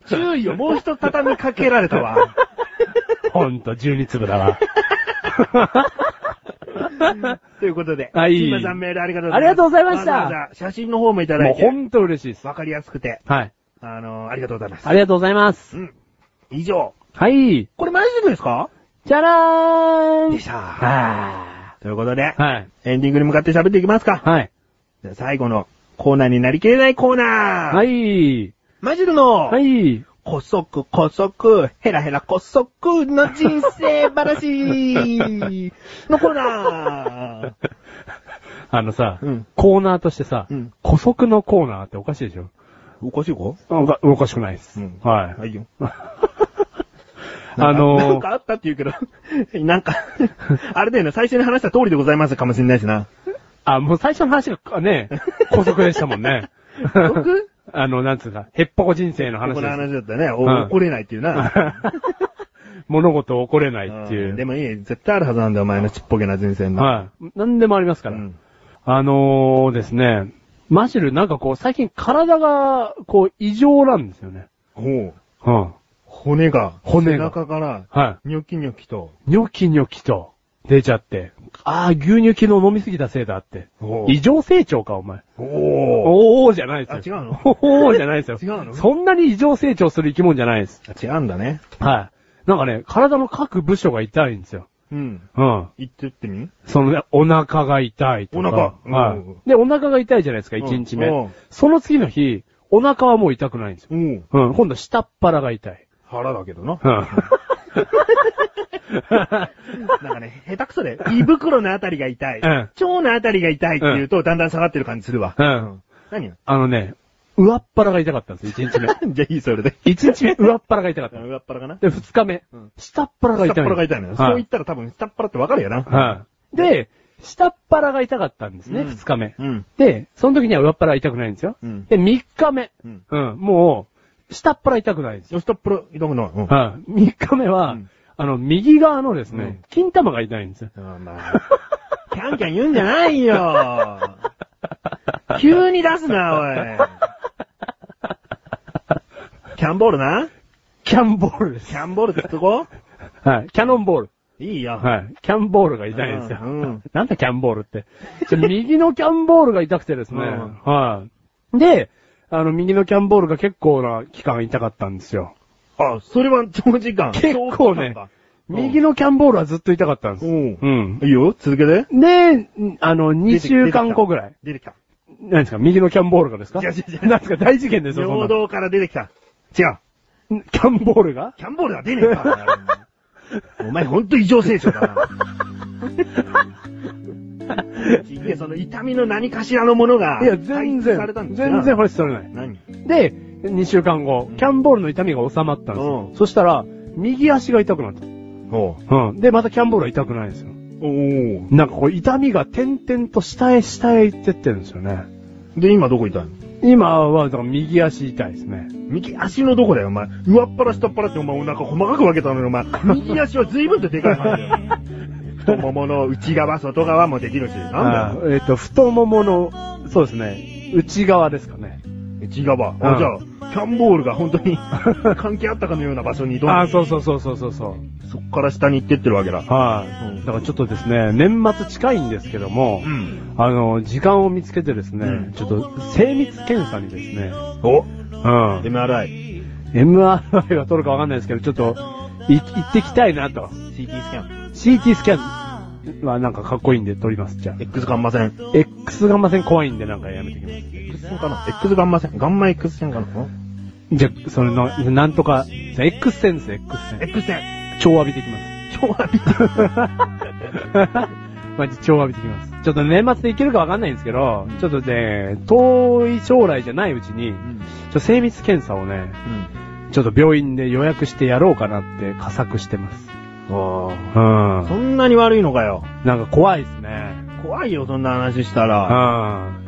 S1: 注意をもう一畳みかけられたわ。
S2: ほんと、12粒だわ。
S1: ということで。
S2: はい
S1: 今さんメールありがとうございます。
S2: ありがとうございました
S1: わざわざ写真の方もいただ
S2: も
S1: いうて。
S2: ほんと嬉しいです。
S1: わかりやすくて、
S2: はい。
S1: あのー、ありがとうございます。
S2: ありがとうございます。
S1: うん。以上。
S2: はい。
S1: これマジでですか
S2: じゃらーん
S1: でした。
S2: は
S1: ということで
S2: い。、はい。
S1: エンディングに向かって喋っていきますか。
S2: はい。
S1: じゃあ最後のコーナーになりきれないコーナー。。
S2: はいい。
S1: マジルの、
S2: はい。
S1: こそくこそく、ヘラヘラこそくの人生 [LAUGHS] 話のコーナー。
S2: あのさ
S1: うん、
S2: コーナーとしてさ
S1: うん、
S2: 古速のコーナーっておかしいでしょ
S1: [LAUGHS] おかしいか
S2: おかおかしくないです
S1: うん。
S2: はい。
S1: いよ。
S2: あ
S1: な
S2: の
S1: んかあったって言うけど、 [LAUGHS] なんか、あれだよね、最初に話した通りでございますかもしれないしな。
S2: あ、もう最初の話が [LAUGHS] ね、古速でしたもんね。
S1: 僕
S2: [LAUGHS] あの、なんつうか、へっぽこ人生の
S1: こ
S2: 話
S1: こ
S2: で
S1: の
S2: す。
S1: 話だったね。
S2: う
S1: お
S2: ん
S1: 怒れないっていう [LAUGHS] な。
S2: [LAUGHS] 物事起これないっていうう。
S1: んでもいい、絶対あるはずなんだよ、お前のちっぽけな人生の。
S2: はい。何でもありますか
S1: う
S2: ら。
S1: ん
S2: あのーですね、マシルなんかこう最近体がこう異常なんですよね。
S1: ほう。
S2: うん。
S1: 骨が、
S2: 骨
S1: 背
S2: が
S1: 中から、
S2: は
S1: ニョキニョキと、
S2: い。ニョキニョキと出ちゃって。ああ、牛乳昨日飲みすぎたせいだって。
S1: お
S2: 異常成長か、お前。
S1: おー
S2: おーじゃないですよ。
S1: あ違うの
S2: おーじゃないですよ。
S1: 違うの
S2: そんなに異常成長する生き物じゃないです。
S1: 違うんだね。
S2: はい。なんかね、体の各部署が痛いんですよ。
S1: うん。
S2: うん。
S1: 言ってってみ
S2: そのね、お腹が痛いとか。
S1: お腹
S2: は
S1: うん
S2: い。で、お腹が痛いじゃないですか、
S1: うん
S2: 1日目
S1: うん。
S2: その次の日、お腹はもう痛くないんですよ。
S1: うん。
S2: うん、今度下っ腹が痛い。
S1: 腹だけどな。
S2: うん。
S1: なんかね、下手くそで、胃袋のあたりが痛い。
S2: うん
S1: 腸のあたりが痛いって言うと、だんだん下がってる感じするわ。
S2: うん
S1: 何よ
S2: [LAUGHS] あのね、上っ腹が痛かったんですよ、1日目。
S1: [LAUGHS] じゃあいい、それで。
S2: 1日目、上っ腹が痛かった。
S1: 上っ腹かな
S2: で、2日目
S1: うん、
S2: 下っ腹が
S1: 下
S2: 痛
S1: っ
S2: い。
S1: 腹が痛いのよ。そう
S2: は
S1: 言
S2: い。
S1: ったら多分下っ腹ってわかるよな。
S2: はい。で、下っ腹が痛かったんですね、
S1: うん
S2: 2日目。
S1: うん。
S2: で、その時には上っ腹は痛くないんですよ。
S1: うん
S2: で、3日目。
S1: うん
S2: うん、もう、下っ腹痛くないんですよ
S1: 下っ腹痛くない。うん。
S2: はい。3日目は、
S1: うん
S2: あの、右側のです
S1: うん
S2: ね、金玉が痛いんですよ。
S1: あまあ、キャンキャン言うんじゃないよ。急に出すな、おい。キャンボールな
S2: キャンボールです
S1: キ。ャンボールってとこ
S2: はい。キャノンボール。
S1: いいよ。
S2: はい。キャンボールが痛いんですよ。
S1: うんうん
S2: [LAUGHS] なんだキャンボールって。で右のキャンボールが痛くてですね、
S1: うん
S2: はい。で、あの、右のキャンボールが結構な期間痛かったんですよ。
S1: あ、それは長時間。
S2: 結構ね
S1: 長時間か
S2: 右のキャンボールはずっと痛かったんです。
S1: おう
S2: うん。
S1: いいよ、続けて。
S2: で、あの、2週間後ぐらい。
S1: 出てきた。
S2: 何ですか右のキャンボールがですか
S1: いや違う違う
S2: 何ですか大事件ですよ、そん
S1: 尿
S2: なの
S1: 道から出てきた。違う。
S2: キャンボールが
S1: キャンボールは出ねえから。お前ほんと異常性症だな。で、その痛みの何かしらのものが、
S2: いや、全
S1: 排出
S2: 然
S1: されたん、ですよ
S2: 全然。話取れない。
S1: 何
S2: で、2週間後
S1: うん、
S2: キャンボールの痛みが収まったんですよ
S1: う。ん
S2: そしたら、右足が痛くなった。
S1: お
S2: うん。で、またキャンボールは痛くないんですよ。
S1: おー
S2: なんかこう、痛みが点々と下へ下へ行ってってるんですよね。
S1: で、今どこいたの
S2: 今は、だから右足痛いですね。
S1: 右足のどこだよ、お前。上っ腹、下っ腹ってお前お腹細かく分けたのに、お前。右 [LAUGHS] 足は随分とでかい範囲だよ。太ももの内側、外側もできるし。な
S2: あ
S1: んだよ。
S2: ーえっ、と、太ももの、そうですね、内側ですかね。
S1: 内側。
S2: う
S1: あ
S2: ん
S1: じゃあ、キャンボールが本当 [LAUGHS] に関係あったかのような場所にどんどん
S2: あーそうそうそうそうそうそう。
S1: そっから下に行ってってるわけだ。
S2: はい、
S1: うん
S2: だからちょっとですね、年末近いんですけども、
S1: うん。
S2: あの、時間を見つけてですね、
S1: うん
S2: ちょっと精密検査にですね、
S1: お
S2: うん。
S1: !MRI。
S2: MRI は取るかわかんないですけど、ちょっと、い行ってきたいなと。
S1: CT スキャン。
S2: CT スキャンはなんかかっこいいんで取ります、じゃあ。
S1: X ガンマ線。
S2: X ガンマ線怖いんでなんかやめてきます。
S1: X 線かな ?X ガンマ線。ガンマ X 線かな
S2: じゃあ、それの、なんとか、じゃあ X 線です、X 線。
S1: ?X 線。
S2: 超浴びてきます。
S1: 超悪い。
S2: [LAUGHS] マジ超浴びてきます。ちょっと年末でいけるかわかんないんですけど、ちょっとね、遠い将来じゃないうちに、ちょっと精密検査をね、ちょっと病院で予約してやろうかなって加策してます。
S1: うん。
S2: う
S1: あ
S2: ん
S1: あ。そ。んなに悪いのかよ。
S2: なんか怖いですね。
S1: 怖いよ、そんな話した
S2: う
S1: ら。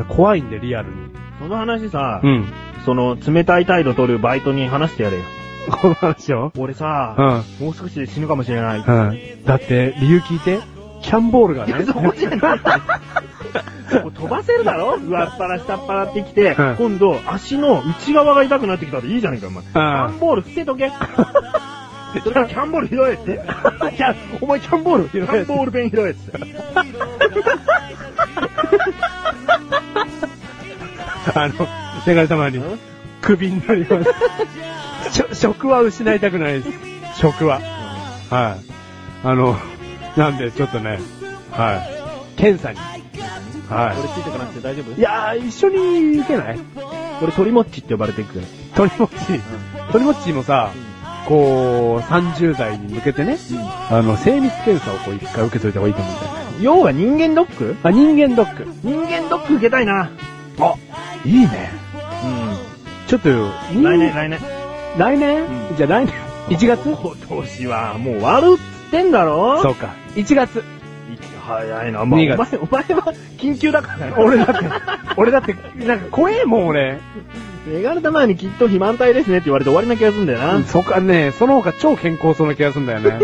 S2: ん。怖いんで、リアルに。
S1: その話さ、
S2: うん。
S1: その、冷たい態度取るバイトに話してやれよ。
S2: [LAUGHS] この話を
S1: 俺
S2: う
S1: さ、
S2: ん。
S1: もう少しで死ぬかもしれな
S2: う
S1: い。
S2: ん。だって、理由聞いて、キャンボールが
S1: いや
S2: ね
S1: そ、こじゃない。そこ飛ばせるだろ上っ腹、下っ腹ってきて、
S2: うん
S1: 今度、足の内側が痛くなってきたらいいじゃねえか、お前。キャンボール伏せ
S2: [LAUGHS]
S1: とけ。それからキャンボールひどいって。
S2: いや、お前キャンボール
S1: キャンボールペンひどいって。
S2: あの、メガネ様に、クビになります。しょ職は失いたくないです。職は。はい。あの、なんで、ちょっとね、はい。検査に。
S1: 俺
S2: は
S1: ついてかなくて大丈夫
S2: い。いやー、一緒に受けない
S1: 俺鳥もっちって呼ばれていくよ。
S2: 鳥もっち、鳥もっちもさ、こう、30代に向けてね、あの、精密検査をこう一回受けといた方がいいと思うんだよね。
S1: 要は人間ドック
S2: あ、人間ドック。
S1: 人間ドック受けたいな。
S2: あ、いいね。
S1: う
S2: ちょっと、
S1: ん。来年、
S2: 来
S1: 来年。
S2: 来年、
S1: う
S2: じゃあ来年 ?1 月
S1: 今年はもう終わるっつってんだろ
S2: そうか。1月。
S1: 早いな。まあ、お
S2: 二
S1: 前、お前
S2: 月
S1: は緊急だからね。 [LAUGHS]
S2: 俺だって、 [LAUGHS] 俺だって、なんか怖えもん俺。
S1: メガネた前にきっと肥満体ですねって言われて終わりな気がするんだよな。
S2: そっかね、その他超健康そうな気がするんだよ [LAUGHS] ね。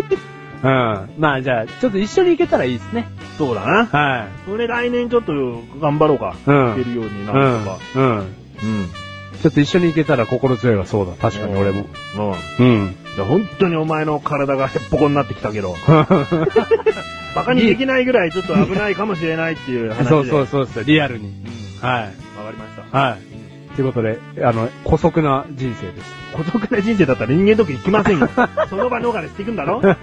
S2: うん。まあじゃあ、ちょっと一緒に行けたらいいですね。
S1: そうだな。
S2: はい。
S1: それ来年ちょっと頑張ろうか。
S2: うん
S1: いけるようにな
S2: う
S1: る
S2: ん
S1: とか。。
S2: うん。
S1: うん。
S2: ちょっと一緒に行けたら心強いわ、そうだ。確かに俺も。
S1: うん。
S2: うん。
S1: じゃあ本当にお前の体がへっぽこになってきたけど、バカにできないぐらいちょっと危ないかもしれないっていう [LAUGHS] 話で。
S2: [LAUGHS] そうそうそうそう、リアルに。
S1: うん。
S2: はい。
S1: わかりました。
S2: はい。ということで、あの、古速な人生です。
S1: 孤独な人生だったら人間時行きませんよ。 [LAUGHS] その場逃れしていくん [LAUGHS] だろへっ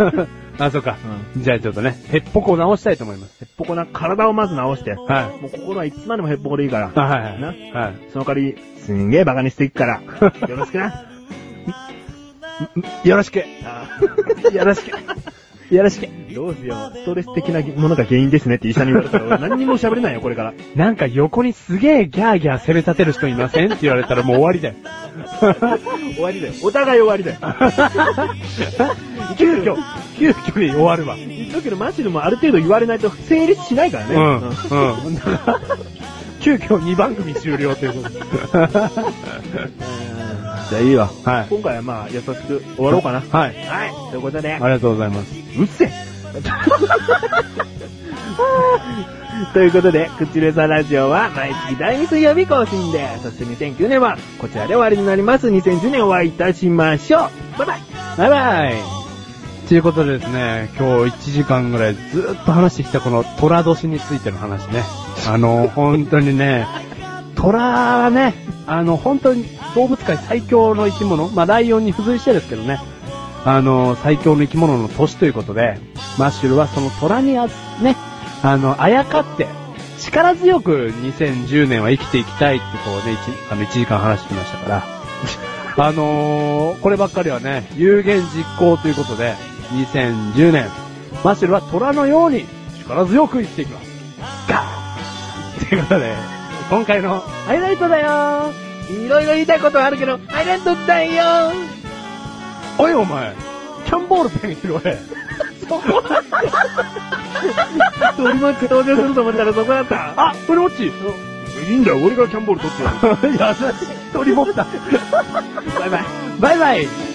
S2: あ、そうか。
S1: う
S2: じゃあちょっとね、ヘッポコを直したいと思います。
S1: ぽこな体をまず直して。
S2: は
S1: もう心はいつまでもへっぽこでいいから
S2: い。。あはい
S1: な
S2: はい。はい。
S1: その代わり、すんげえバカにしていくから。 [LAUGHS] よろしくな。 [LAUGHS]
S2: よろしく。よろしく。よろしく。
S1: どうしよう。ストレス的なものが原因ですねって医者に言われたら、俺何にも喋れないよ、これから。
S2: なんか横にすげえギャーギャー攻め立てる人いませんって言われたらもう終わりだよ。
S1: 終わりだよ。お互い終わり [LAUGHS] だよ。
S2: 急遽、急遽で終わるわ。うん、
S1: 言っとくけど、マジでもある程度言われないと成立しないからね。
S2: うん。 [LAUGHS] 急遽2番組終了と [LAUGHS] いうことで。
S1: じゃあいいわ。
S2: はい。
S1: 今回はまあ、優しく終わろうかな。
S2: はい。
S1: はい。ということで
S2: あ、りがとうございます。
S1: うっせえ [LAUGHS] ということで、クッチレサラジオは毎月第2水曜日更新で、そして2009年はこちらで終わりになります。2010年お会いいたしましょう。バイバイ
S2: バイバイということでですね、今日1時間ぐらいずっと話してきたこの虎年についての話ね。あの、本当にね、虎はね、あの、本当に動物界最強の生き物、まあ、ライオンに付随してですけどね、あの、最強の生き物の年ということで、マッシュルはその虎にあ、ね、あの、あやかって、力強く2010年は生きていきたいってこうね、1, あの1時間話してきましたから、あのー、こればっかりはね、有言実行ということで、2010年、マッシュルは虎のように力強く生きていきます。ガーということで、今回のハイライトだよー
S1: いろいろ言いたいことはあるけど、アイランドだよー
S2: おいお前、キャンボールペン拾え。
S1: 取り巻く登場すると思ったらそこだった。
S2: あ、それ落ち優し
S1: いいんだよ、 [LAUGHS] 俺がキャンボール取ってやる。
S2: い、取り持った。
S1: バイバイ。
S2: バイバイ